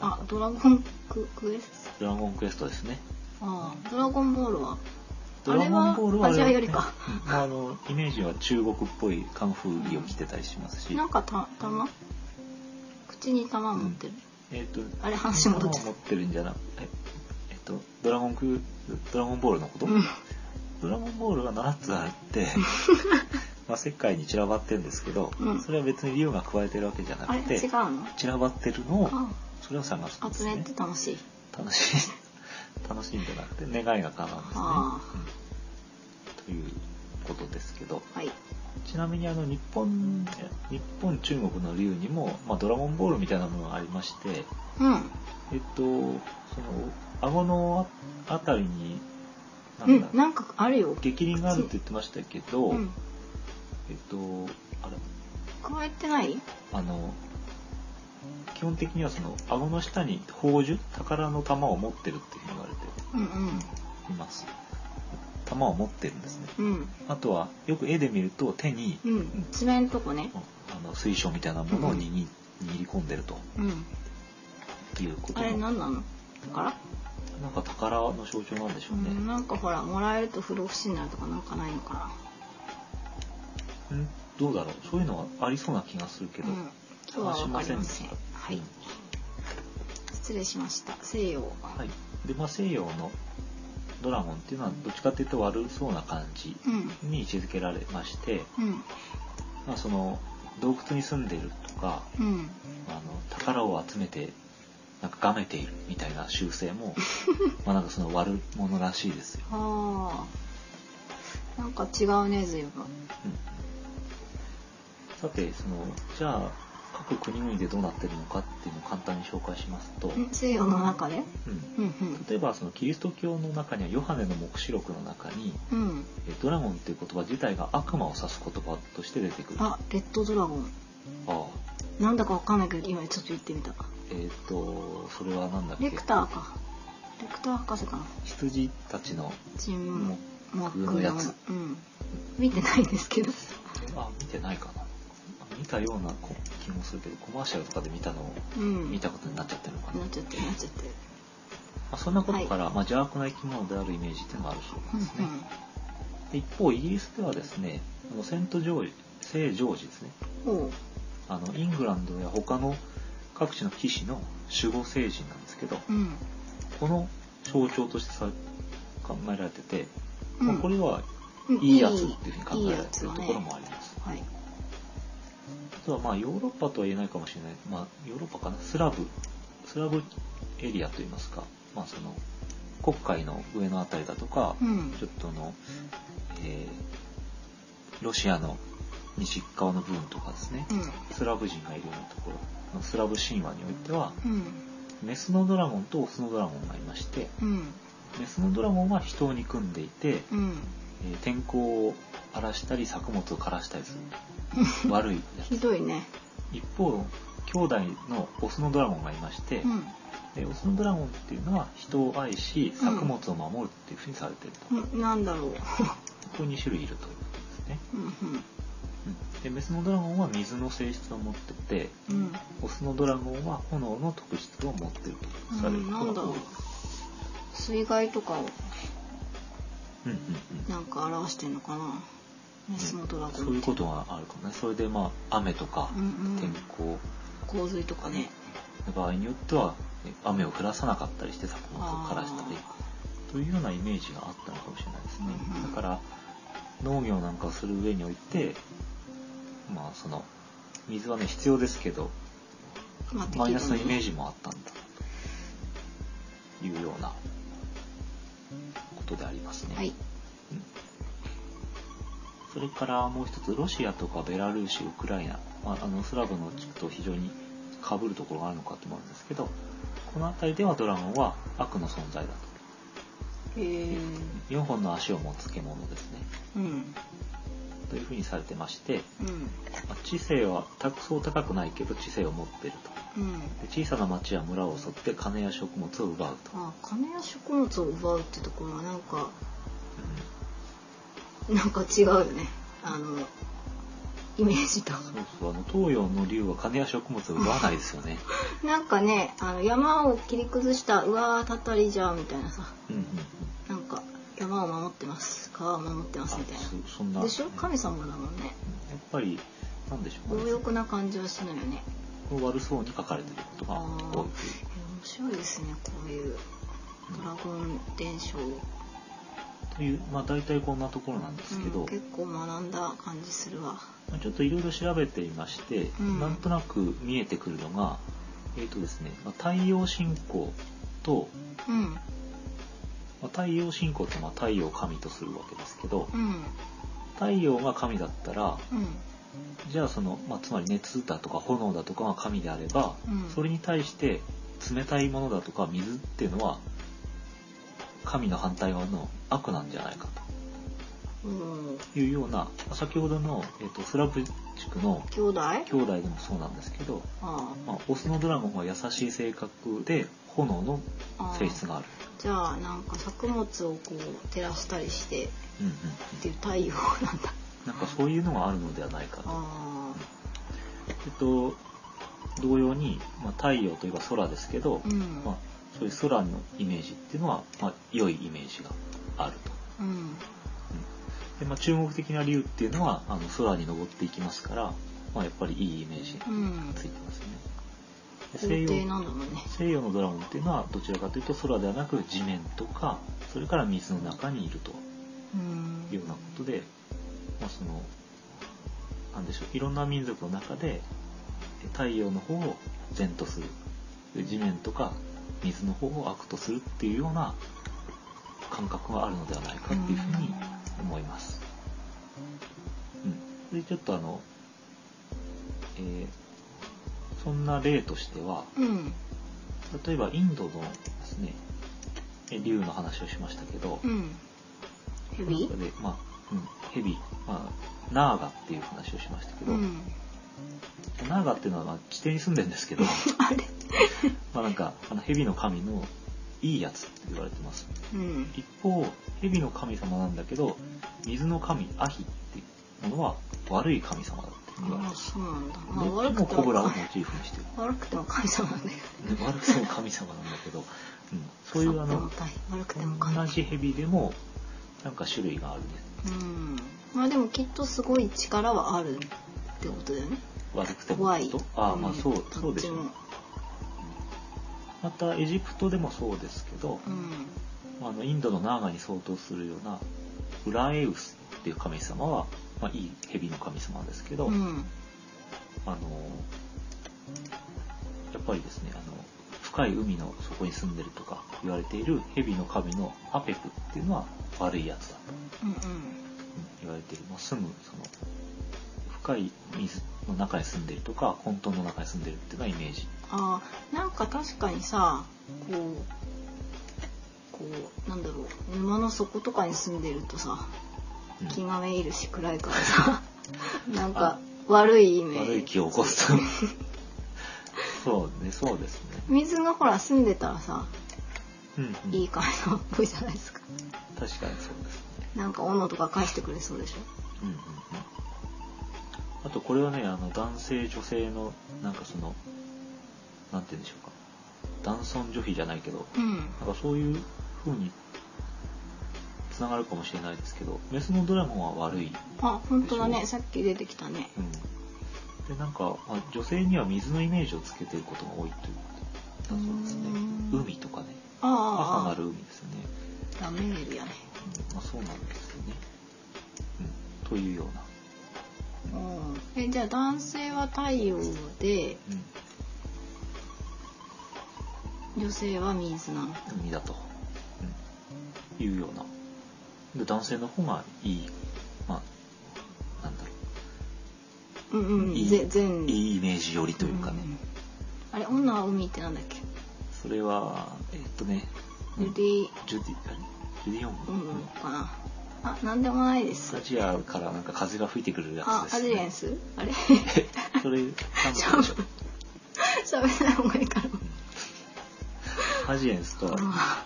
なん
あ
か、
ドラゴンククエス
ドラゴンクエストですね。
トああ、ドラゴンボールは
ドラゴンボールは
あれはアジアより
あ
か
れはねうんまあ、あの、イメージは中国っぽいカンフー着を着てたりしますし、
なんかた、玉口に玉持ってる。
えっ、と、
あれ話戻っちゃっ
持ってるんじゃなくて、えっと、ドラゴンク、ドラゴンボールのこと、
うん
ドラゴンボールが7つあ って、まあ世界に散らばってるんですけど、
うん
それは別に理由が加えてるわけじゃな
あれ
く
違う
て、
の
散らばってるのを、
あ
それを探すん
あ、
です
集め
ね
って。楽しい。
楽しい。楽しいん じゃなくて、願いが叶うんですね
あ。
うんということですけど、
はい。
ちなみにあの日本、日本、中国の竜にも、まあドラゴンボールみたいなものがありまして、
うん。
えっと、その、顎のあたりに、な
うん
だ、
ん、なんかあるよ。
激鱗があるって言ってましたけど、
うん。
えっと、あれ、
加えてない
あの、基本的にはその、顎の下に宝珠、宝の玉を持ってるっていうふうに言われて
うん
います。玉を持ってるんですね。
うん。うん。
あとは、よく絵で見ると手に、
う
うん
ん。一面のとこね。
あの水晶みたいなものを握り握り込んでると
うん。
いうこと
あれ
の、
何なの宝
なんか宝の象徴なんでしょ
う
うね。
ん。なんかほら、もらえると不老不死になるとかなんかないのか
うんどうだろうそういうのはありそうな気がするけ
な。
ど、
うん。今日はわかりません
話しませんでした。
はい。失礼しました。西洋。
はいでまあ、西洋のドラゴンっていうのはどっちかっていうと悪そうな感じ
うん。
に位置づけられまして、
うん。
まあ、その洞窟に住んでるとか
うん。
あの宝を集めてなんかがめているみたいな習性 もまあなんかその悪者らしいですよ、
ああ。なんか違うね、随分。
うんさてそのじゃあ各国々でどうなってるのかっていうのを簡単に紹介しますと、
うん西洋の中で
うん
うん
例えばそのキリスト教の中にはヨハネの黙示録の中に
うん。うん。
えドラゴンっていう言葉自体が悪魔を指す言葉として出てくるあ
あ、レッドドラゴン。
あ
なんだかわかんないけど今ちょっと言ってみた
えーっ、と、それはなんだっけ
レクターかレクター博士かな
羊たちの、
チー
も
ムモック
のやつ
うん見てないですけど
あ、見てないかな。見たようなこ気もするけど、コマーシャルとかで見たのを
うん
見たことになっちゃってるのかな。
なっちゃってるなっちゃってる
まあ、そんなことから、まあ、邪悪な生き物であるイメージっていうのもあるそうなんですね。で一方、イギリスではですね、あのセントジョージ、聖ジョージですね。
うんうんおう
あの、イングランドや他の各地の騎士の守護聖人なんですけど、
うん
この象徴としてさ考えられてて、
うん
まあ、これは
うん
いいやつっていうふうに考えられて
いい
る
やつは
と
ね
ころもあります。
はい
あとはまあヨーロッパとは言えないかもしれない。まあヨーロッパかなスラブ、スラブエリアといいますか、まあその国会の上のあたりだとか、
うん
ちょっとあの、えーロシアの西側の部分とかですね、
う
スラブ人がいるようなところのスラブ神話においては、
ん
メスのドラゴンとオスのドラゴンがいまして、
うん
メスのドラゴンは人を憎んでいて、
うん
えー天候を荒らしたり作物を枯らしたりす
う
る悪いや
ひどいね
つ一方兄弟のオスのドラゴンがいまして、
うん
でオスのドラゴンっていうのは人を愛し作物を守るっていうふうにされてると、こ
うんなんだろう
こに2種類いるということですね、
うん
うん、でメスのドラゴンは水の性質を持ってて
うん
オスのドラゴンは炎の特質を持ってるとされることが多い、
水害とかを
うんうんうん
なんか表してんのかなメスのドラゴンって
そういうことがあるかもねそれでまあ雨とか
うんうん
天候、
洪水とかね
場合によってはね雨を降らさなかったりして作物を
あ
枯らしたりというようなイメージがあったのかもしれないですね
うんうん
だから農業なんかをする上においてまあその水はね必要ですけど
ーまあ
マイナスのイメー
ジ
ジもあったんだというようなことでありますね、
はい
うんそれからもう一つロシアとかベラルーシウクライナ、まあ、あのスラブの地区と非常に被るところがあるのかと思うんですけどこの辺りではドラゴンは悪の存在だ
へえ
と4本の足を持つ獣ですね
うん
というふうにされてまして
うん
まあ知性はたそう高くないけど知性を持っていると
うん
で小さな町や村を襲って金や食物を奪うと、
あ金や食物を奪うってところはなんかなんか違うよねあのイメージと
そうそうあの東洋の竜は金や食物を奪わないですよね
なんかねあの山を切り崩したうわーたたりじゃんみたいなさ
うんうんうん
なんか山を守ってます川を守ってま
あ
すみたい
そそんな
なでしょ
ね
神様だもんね
やっぱり、なんでしょう
強
ね。
欲な感じはしないよね
悪そうに書かれてることが多いという
え面白いですねこういうドラゴン伝承、
という、まあ大体こんなところなんですけ
う
ど
ん、結構学んだ感じするわ
まあちょっといろいろ調べていまして、
うん
なんとなく見えてくるのが、えっ、とですね、まあ、太陽信仰と、
うん
まあ、太陽信仰ってまあ太陽を神とするわけですけど
う、ん
太陽が神だったら、
うん
じゃあその、まあ、つまり熱だとか炎だとかが神であれば、
うん
それに対して冷たいものだとか水っていうのは神の反対側の悪なんじゃないか
うん
というような先ほどの、えっとスラブ地区の
兄弟あ
兄弟でもそうなんですけど、
あ
まあ、オスのドラゴンは優しい性格で炎の
ああ
性質がある。
じゃあなんか作物をこう照らしたりしてっ
うんうん、
ていう太陽なんだ
なんかそういうのがあるのではないかと。
あ
えっと同様に、まあ、太陽といえば空ですけど、
あうん、
まあ、そういう空のイメージっていうのは、まあ、良いイメージがあると。
うん
でまあ、中国的な竜っていうのはあの空に登っていきますから、まあ、やっぱりいいイメージが
うん
ついてますよね。で西
皇帝
洋
なんだもんね
西洋のドラゴンっていうのはどちらかというと空ではなく地面とかそれから水の中にいると
うん
いうようなことで、まあ、そのなんでしょういろんな民族の中でえ太陽の方を善とするで地面とか水の方を悪とするっていうような感覚があるのではないかっていうふうに思います。うん、でちょっとあの、えーそんな例としては
うん
例えばインドのですねえ竜の話をしましたけど、
うんヘビ
その中で、まあうん、ヘビ、まあ、ナーガっていう話をしましたけ
う
ど、
ん
ナ神奈川っていうのは、まあ、地底に住んでるんです けど、
あれ
まあなんか、あの、蛇の神のいいやつって言われてます。
うん
一方、蛇の神様なんだけど、水の神、アヒっていうものは悪い神様だって言われて
ああ
ます。
そうなんだまあ
どっ
悪
ち
く
も
て
コブラをモ
も
チーフに してる。
悪くても神様なんだけど
で悪くても神様なんだけど、うん、そういうあ
サッと
の
も、たい悪くても神
同じ蛇でも、なんか種類があるね。
うんまあでもきっとすごい力はあるってことだよね
悪くても
怖
って
い
ことああ、まあ
ん
そう、
どっちも
そうでしょうね。またエジプトでもそうですけど、
うん
あのインドのナーガに相当するようなウラエウスっていう神様は、まあ、いい蛇の神様ですけど、
うん
あのやっぱりですねあの深い海の底に住んでるとか言われている蛇の神のアペプっていうのは悪いやつだと
うん
うん言われている、まあ、住むその深い水の中に住んでるとか混沌の中に住んでるっていうのはイメージ
あーなんか確かにさこうこうなんだろう沼の底とかに住んでるとさ
うん
気がめいるし暗いから さなんか悪いイメ
悪い
ージ
気を起こすとそうねそうですね
水がほら住んでたらさ
うん、うん、
いい神様っぽいじゃないですか
確かにそうですね
なんか斧とか返してくれそうでし
うんうんうんあとこれはねあの男性女性のなんかそのなんて言うんでしょうか男尊女卑じゃないけど
ょうん
なんかそういう風につながるかもしれないですけどメスのドラゴンは悪い、
あ本当だねさっき出てきたね
うん、でなんか、まあ女性には水のイメージをつけてることが多いということだそうですね
うーん
海とかね母
あ
な
ーあ
る海ですよね
ーラメールやね
うんまあ、そうなんですよね。うん、というような。
えじゃあ男性は太陽で
う
女性は水なの
ん、海だと、うん、いうような。で男性の方がいい、まあ、なんだろ
うんうん
いい
ぜ全
う、いいイメージよりというかね。
んんあれ女は海ってなんだっけ
それは、えっとね、う
ル
ん
ディ
ジュディ、あれジュディオング、
うんうんかなあなんでもないです
アジアからなんか風が吹いてくるや
あ
つで
ア
す、
ジエ
ね。
ンスあれ
それ、
し
韓国
ゃべ
でしょ。
しゃべらない方がいいかな
アジエンスとは、
あ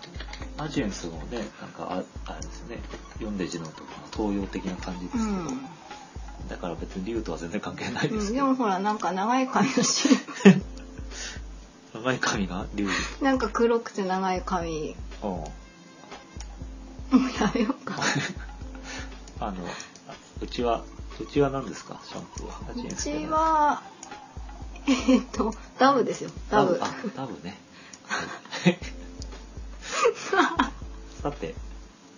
アジエンスもね、なんかあ、あれですよね、読んで字のと東洋的な感じです
ー
けど、
うん
だから別に竜とは全然関係ないで
う
す
ん、
け
で
ど、
もほらなんか長い髪 だし
長い髪が竜。
なんか黒くて長い髪
うん
もうやめようか
あの、あうちは、うちは何ですかシャンプーは。
う
う
ち、はえっとダブですよダブ
あ、ダブね。はい さて、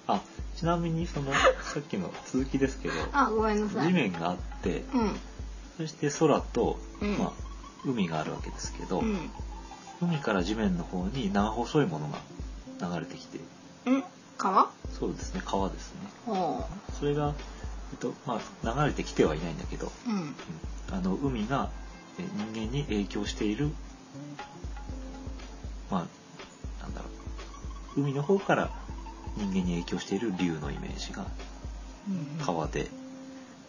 あ、ちなみにその、さっきの続きですけど、
あごめんなさい
地面があって、
うん
そして空と、
うん
まあ、海があるわけですけど、
うん
海から地面の方に長細いものが流れてきて、
うん川
そうですね、川ですね。
おう
それが、えっと、まあ、流れてきてはいないんだけど、
うん
うんあの、海がえ人間に影響している、まあ、なんだろう、海の方から人間に影響している竜のイメージが
うん
川で、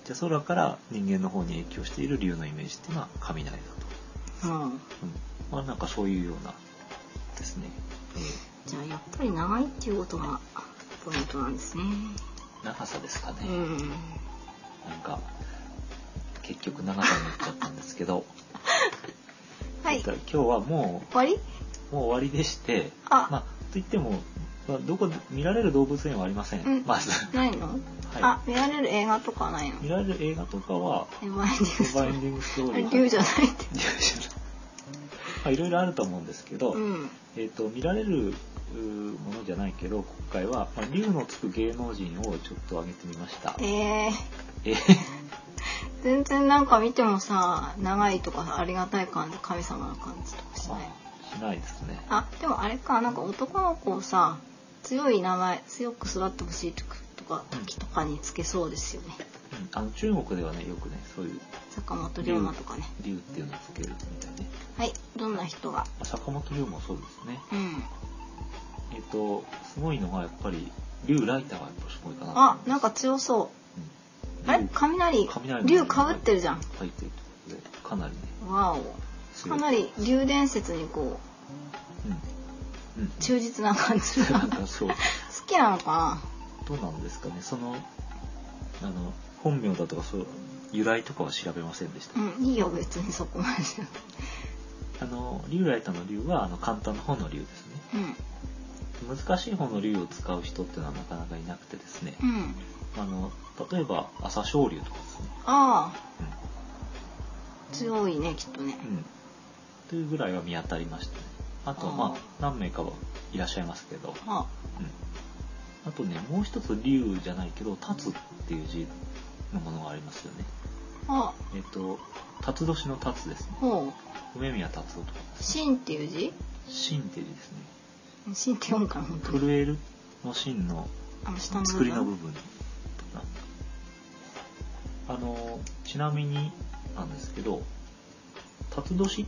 じゃあ空から人間の方に影響している竜のイメージっていうのは雷だと。
うん
うん。まあ、なんかそういうようなですね。
じゃあやっぱり長いっていうことがポイントなんですね
長さですかね。
うん
なんか、結局長さになっちゃったんですけど、
はい
だ
終
から今日はも
わり
う、もう終わりでして、
あ、
まあ、といっても、まあ、どこで見られる動物園はありません。
うん
まず、
ないの、
は
あ見られる映画とかないの
い。見られる映画とか は、
エヴァインディングスト
バ
ー
イ
リ
ンディングストー
ーあ
リ
れ
ー。
竜じゃないって
竜じゃないまあ、いろいろあると思うんですけど、
うん
えっ、と、見られるうーものじゃないけど、今回は、まあ、竜のつく芸能人をちょっと挙げてみました。
えー、
え
全然なんか見てもさ長いとかありがたい感じ神様な感じとかしない
あしないですね。
あでもあれかなんか男の子をさ強い名前強く育ってほしいとかとか時とかにつけそうですよね
うん、あの中国ではね、よくね、そういう
坂本龍馬とかね
竜っていうのをつけるみたいね。
はいどんな人が
まあ坂本龍もそうですね。
うん
えっ、と、すごいのがやっぱり、竜ライターがやっぱすごいかなと思い
あ
ます。
なんか強そう
うん
あれ雷
雷
竜かぶってるじゃん
入ってるということでかなりね
わおかなり竜伝説にこ
うんうん
う 忠実な感じが
なん
好
かそう
きなのか
どうなんですかねそのあの本名だとかそう由来とかは調べませんでした、
なうんいいよ別にそこまで
あの竜ライターの竜はあの簡単な方の竜ですね
うん
難しい方の竜を使う人っていうのはなかなかいなくてですね、
うん
あの例えば朝青龍とかですね、
ああ強いねきっとね
うんうん、というぐらいは見当たりましたねあとはまあ何名かはいらっしゃいますけど、
あ
うん、あとねもう一つ竜じゃないけど立つっていう字のものがありますよね
あ
えっ、と立つ年の立つですね
ほう
梅宮達夫とか
「真」っていう字
真っていう字ですね
「真」って読むから本当に
震えるの真の
あの下の
作りの部
分
分とかあのちなみになんですけど辰年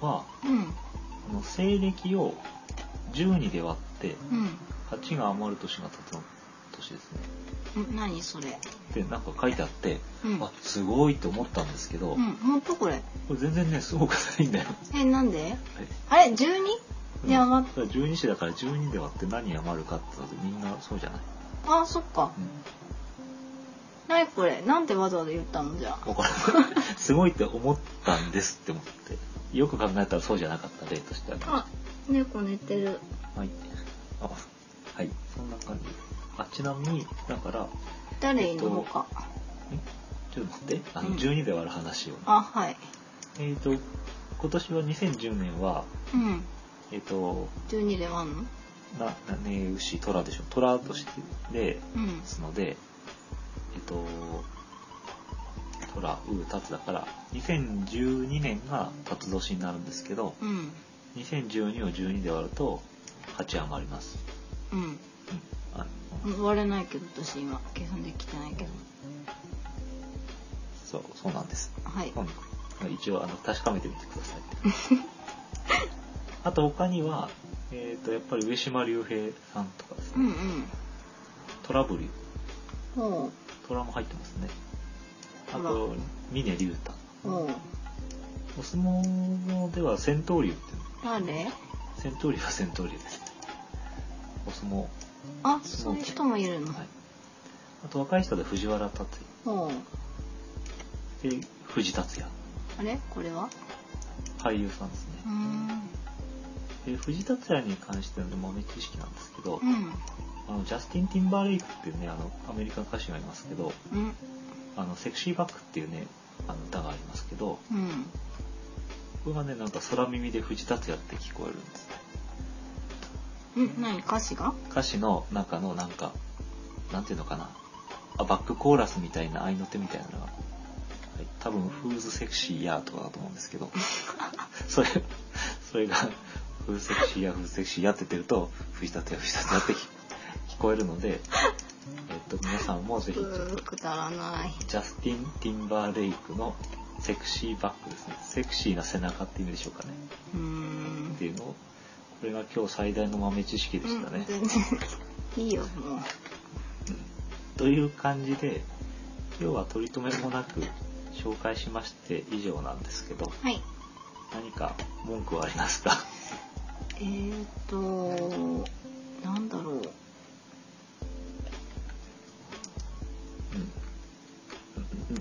は
うん
あの西暦を12で割って
うん
8が余る年が辰の年ですね
ん何それ
でなんか書いてあって、
うん
あすごいと思ったんですけど、
うん本当これ
これ全然ねすごくないんだよ、
えなんで
はい
あれ 12?
うん
で余っ
だから12子だから12で割って何余るかって言ったらみんなそうじゃない、
あそっか何これなんてわざわざ言ったのじゃあ
うん、わからない すごいって思ったんですって思ってよく考えたらそうじゃなかった例としては
あ猫寝てる
はいあはいそんな感じあちなみにだから
誰のほか、
えちょっと待ってあ
うん
の12で割る話を、
あはい
えっ、と今年は2010年は
うん
えっ、と
12で割んの
ななね牛虎でしょ虎としてで
うん
ですので、えっと、虎、う、たつだから、2012年がたつ年になるんですけど、
うん
2012を12で割ると、8余ります。
うん
うん。あの
うん割れないけど私今計算できてないけど
そう、そうなんです。
はい
うん一応、あの、確かめてみてくだ さい。あと、他には、えっ、と、やっぱり上島竜兵さんとかです
う
ね。
んうん
トラブル、
ほ
トラも入ってますね。あ
ト
と、峰竜太。
うほう
お相撲では戦闘竜っていうの
誰
戦闘竜は戦闘竜です。お相撲。
あそういう人もいるの、
はい。あと若い人で藤原達
ほう
也。で、藤達也。
あれこれは
俳優さんですね
うー。ん
で、藤達也に関しての豆知識なんですけど
う、ん
あの、ジャスティン・ティンバーレイクっていうね、あの、アメリカの歌手がいますけど、
うん
あの、セクシーバックっていうね、あの歌がありますけど、
うん
これがね、なんか空耳で藤達也って聞こえるんですね。
うん何歌詞が
歌詞の中のなんか、なんていうのかな。あ、バックコーラスみたいな合いの手みたいなのが、はい、多分、フーズセクシーやーとかだと思うんですけど、それ、それが、フーズセクシーやー、フーズセクシーやーって言ってると、藤立や、藤立やって聞聞こえるので、えっと、皆さんもぜひちょっと、
うーくだらない
ジャスティン・ティンバーレイクのセクシーバックですね。セクシーな背中っていう意味でしょうかね。
うーん
っていうのを、これが今日最大の豆知識でしたね。
うん全然いいよもう
という感じで今日は取り留めもなく紹介しまして以上なんですけど
はい
何か文句はありますか
えー、っとなんだろう
うん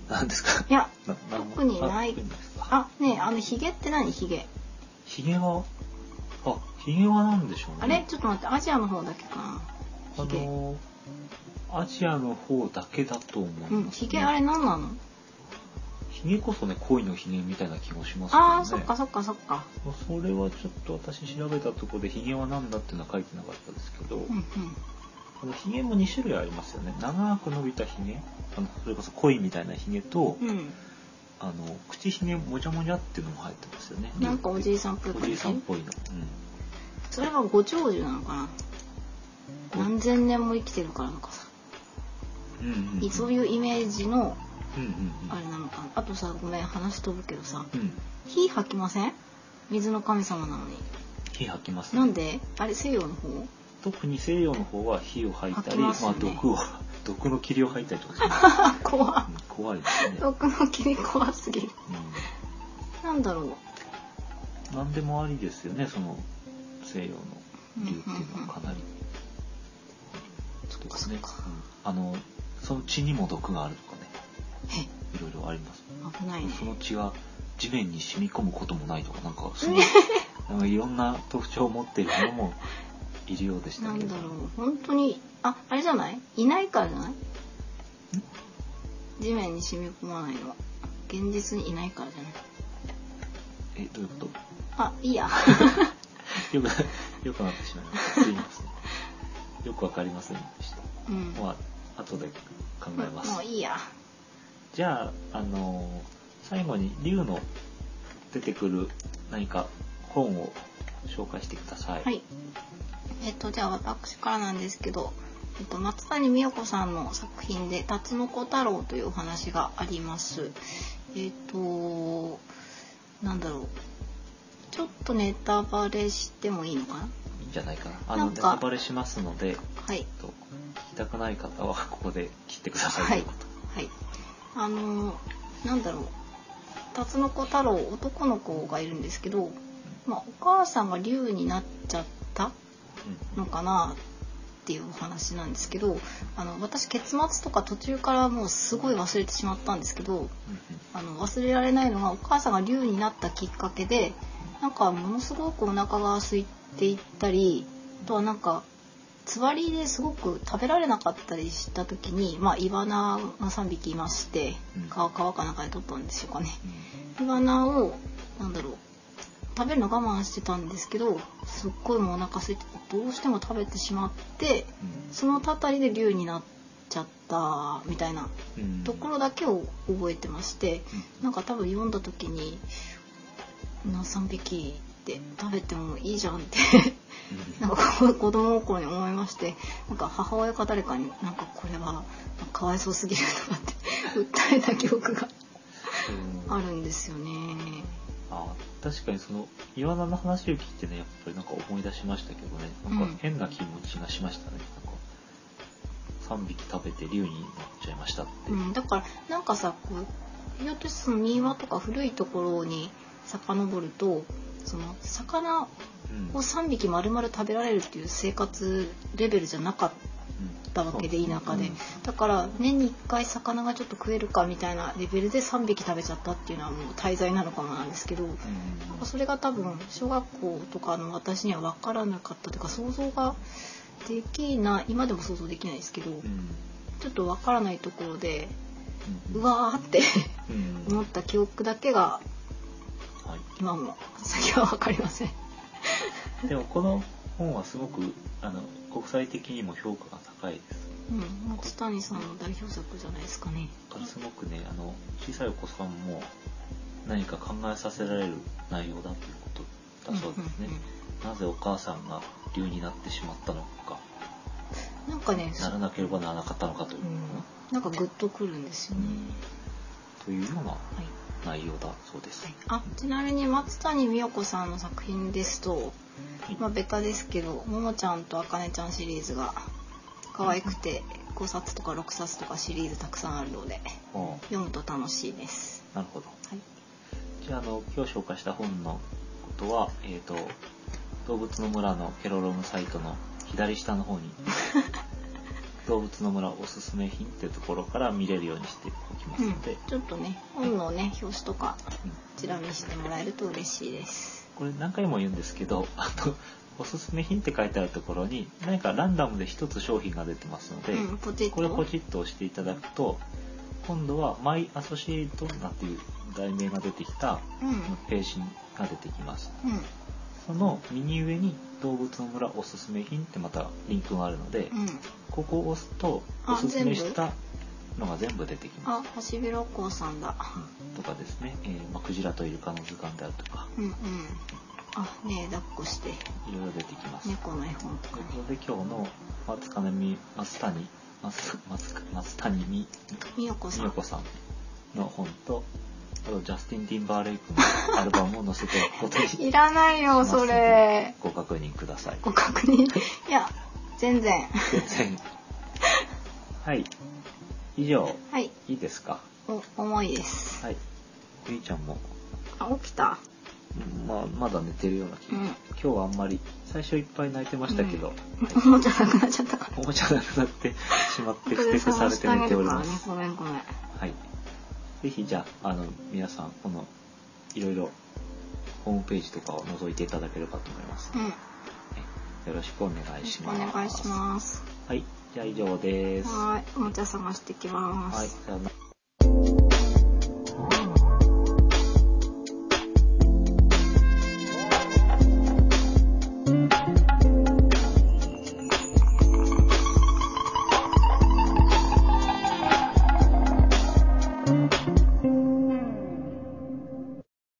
何ですか
いや
ななん
特にない
あ特ですか
あねえあのヒゲって何ヒゲ
ひげはあひげは何でしょうね
あれちょっと待ってアジアの方だけか
あ
なヒゲ
のアジアの方だけだと思います、
うんヒゲあれ何なの
ひげこそね恋のひげみたいな気もしますけどね
あーそっかそっかそっか
まあそれはちょっと私調べたところでひげは何だっていうのは書いてなかったですけど、
うんうん
あのひげも2種類ありますよね長く伸びたひげあのそれこそ濃いみたいなひげと、
うん
あの口ひげもじゃもじゃっていうのも入ってますよね
なんかおじいさんっぽい
お
感
じ
じ
いさんっぽいの、
それがご長寿なのか
うん
な何千年も生きてるからなのかさ
うん、うんうんうん
そういうイメージの
うんうん
あれなのかなあとさごめん話飛ぶけどさ
うんうん
火吐きません水の神様なのに
火吐きます、
なんであれ西洋の方
特に西洋の方は火を吐いた
吐
り
きますよね
あ、毒を毒の 霧を吐いたりとかします、
怖っ
うん怖いですね、
毒の霧怖すぎる
うん
なんだろう
何でもありですよねその西洋の理由っていうのはかなり
そっ
で
か
す
そっ
ね、
か
うんあのその血にも毒があるとかね
え
いろいろあります
危ないね
その血が地面に染み込むこともないとかなんか すごいなんかいろんな特徴を持っているものもいるようでした
な
けれ
ん
ど
だろう本当にああれじゃないいないからじゃない地面に染み込まないのは現実にいないからじゃない
えどういうこと
あい いや
よく、よ くなってしまいました。すいません。よくわかりませんでした。
うんも
まあ、後で考えま
うも
す
う。いいや
じゃあ、あのー最後に竜の出てくる何か本を紹介してください。
はい。えっと、じゃあ私からなんですけど、えっと、松谷美代子さんの作品で、タツノコ太郎というお話があります。えっと、なんだろう。ちょっとネタバレしてもいいのかない
いんじゃないかな。あ
な
の、
ん
ネ
か
タバレしますので、えっ
はい。
と、聞きたくない方はここで切ってくださいと
はいいう
こ
はい。あのーなんだろう。タツノコ太郎、男の子がいるんですけど、まあ、お母さんが竜になっちゃった
と。うん
のかなっていうお話なんですけどあの私結末とか途中からもうすごい忘れてしまったんですけど
うん
あの忘れられないのがお母さんが竜になったきっかけでなんかものすごくお腹が空いていったりあとはなんかつわりですごく食べられなかったりした時に、まあ、イワナが3匹いまして
うん
川川かなんかで取ったんでしょうかね。
うん
イワナをなんだろう食べるの我慢してたんですけどすっごいもうお腹空いてどうしても食べてしまってそのたたりで竜になっちゃったみたいな
うんうん
ところだけを覚えてまして
うん
なんか多分読んだ時に「な3匹で食べてもいいじゃん」って なんかこう子供心に思いましてなんか母親か誰かになんかこれはかわいそうすぎるとかって訴えた記憶が
うん
あるんですよね。
あー確かにそのイワナの話を聞いてねやっぱりなんか思い出しましたけどねなん
うん
か変な気持ちがしましたね、なんか3匹食べて竜になっちゃいましたって、
うん、だからなんかさこうひょっとしてその民話とか古いところに遡るとその魚を
うん
3匹丸々食べられるっていう生活レベルじゃなかっ
うん
たわけで
そう
田舎で、
うん
だから年に1回魚がちょっと食えるかみたいなレベルで3匹食べちゃったっていうのはもう滞在なのかもなんですけど、なんかそれが多分小学校とかの私には分からなかったというか想像ができない今でも想像できないですけど、
うんうん
ちょっと分からないところで
うん
うわーって
うん
思った記憶だけが
は
今も先は分かりません。
い、でもこの本はすごくあの国際的にも評価が高いです
うん、松谷さんの代表作じゃないですかね。
だからすごくねあの小さいお子さんも何か考えさせられる内容だということだそうですね、
うんうん
なぜお母さんが竜になってしまったのか
うんなんかね、
ならなければならなかったのかというう,、
ん、なんかグッとくるんですよね。
というような
はい。
内容だそうです。
はいあ、ちなみに松谷美代子さんの作品ですと、
はい
まあベタですけど、ももちゃんとあかねちゃんシリーズが可愛くて5冊とか6冊とかシリーズたくさんあるので、
あ
読むと楽しいです。
あなるほど。
はい。
じゃああの今日紹介した本のことは、えー、と動物の村のケロロムサイトの左下の方に動物の村おすすめ品っていうところから見れるようにしておきます
うん
ので、、
ちょっとね、本のね、表紙とか
うん
ちら見してもらえると嬉しいです。
これ何回も言うんですけどあのおすすめ品って書いてあるところに何かランダムで一つ商品が出てますので、
うん、ポチッと。
これをポチッと押していただくと今度は「マイアソシエイト」なんていう題名が出てきた
うん、うん、
ページが出てきますその右上に「動物の村おすすめ品」ってまたリンクがあるので、
うん。
ここを押すと
あ
おすすめしたのが全部出てきま
あ、星びろこうさんだ。
すうんとかですね、えーまあ、クジラとイルカの図鑑であるとか
うんうん。あ、ねえ、抱っこして、
いろいろ出てきます、
猫の絵本と
と
か
い
ね
う。ことで今日の松金美松谷松松松谷美
みよこさ
美代
ん。
子さんの本とあとジャスティン・ティンバーレイクのアルバムを載せてお届け
い
し
らないよ、
ます
そ
の
れ
で。ご確認ください。
ご確認。いや、全然。
はい以上
はい。
いいですか
お、重いです。
はいゆいちゃんも
あ起きた
まあ、まだ寝てるような気
う
が、
ん
今日はあんまり最初いっぱい泣いてましたけど、
おもちゃなくなっちゃったから
おもちゃなくなってしまって
後
ふて
で
くさ
探
れ
しててあ
寝
げ
てお
る
り
から
ま
ね
す
ごめんごめん
はいぜひじゃああの皆さんこのいろいろホームページとかを覗いていただければと思います、
うんよ
よろしくお願
ろ
い
し
し
くお
ます
願いします
はいじゃあ以上です
はいおもちゃ探してきます
はいさようなら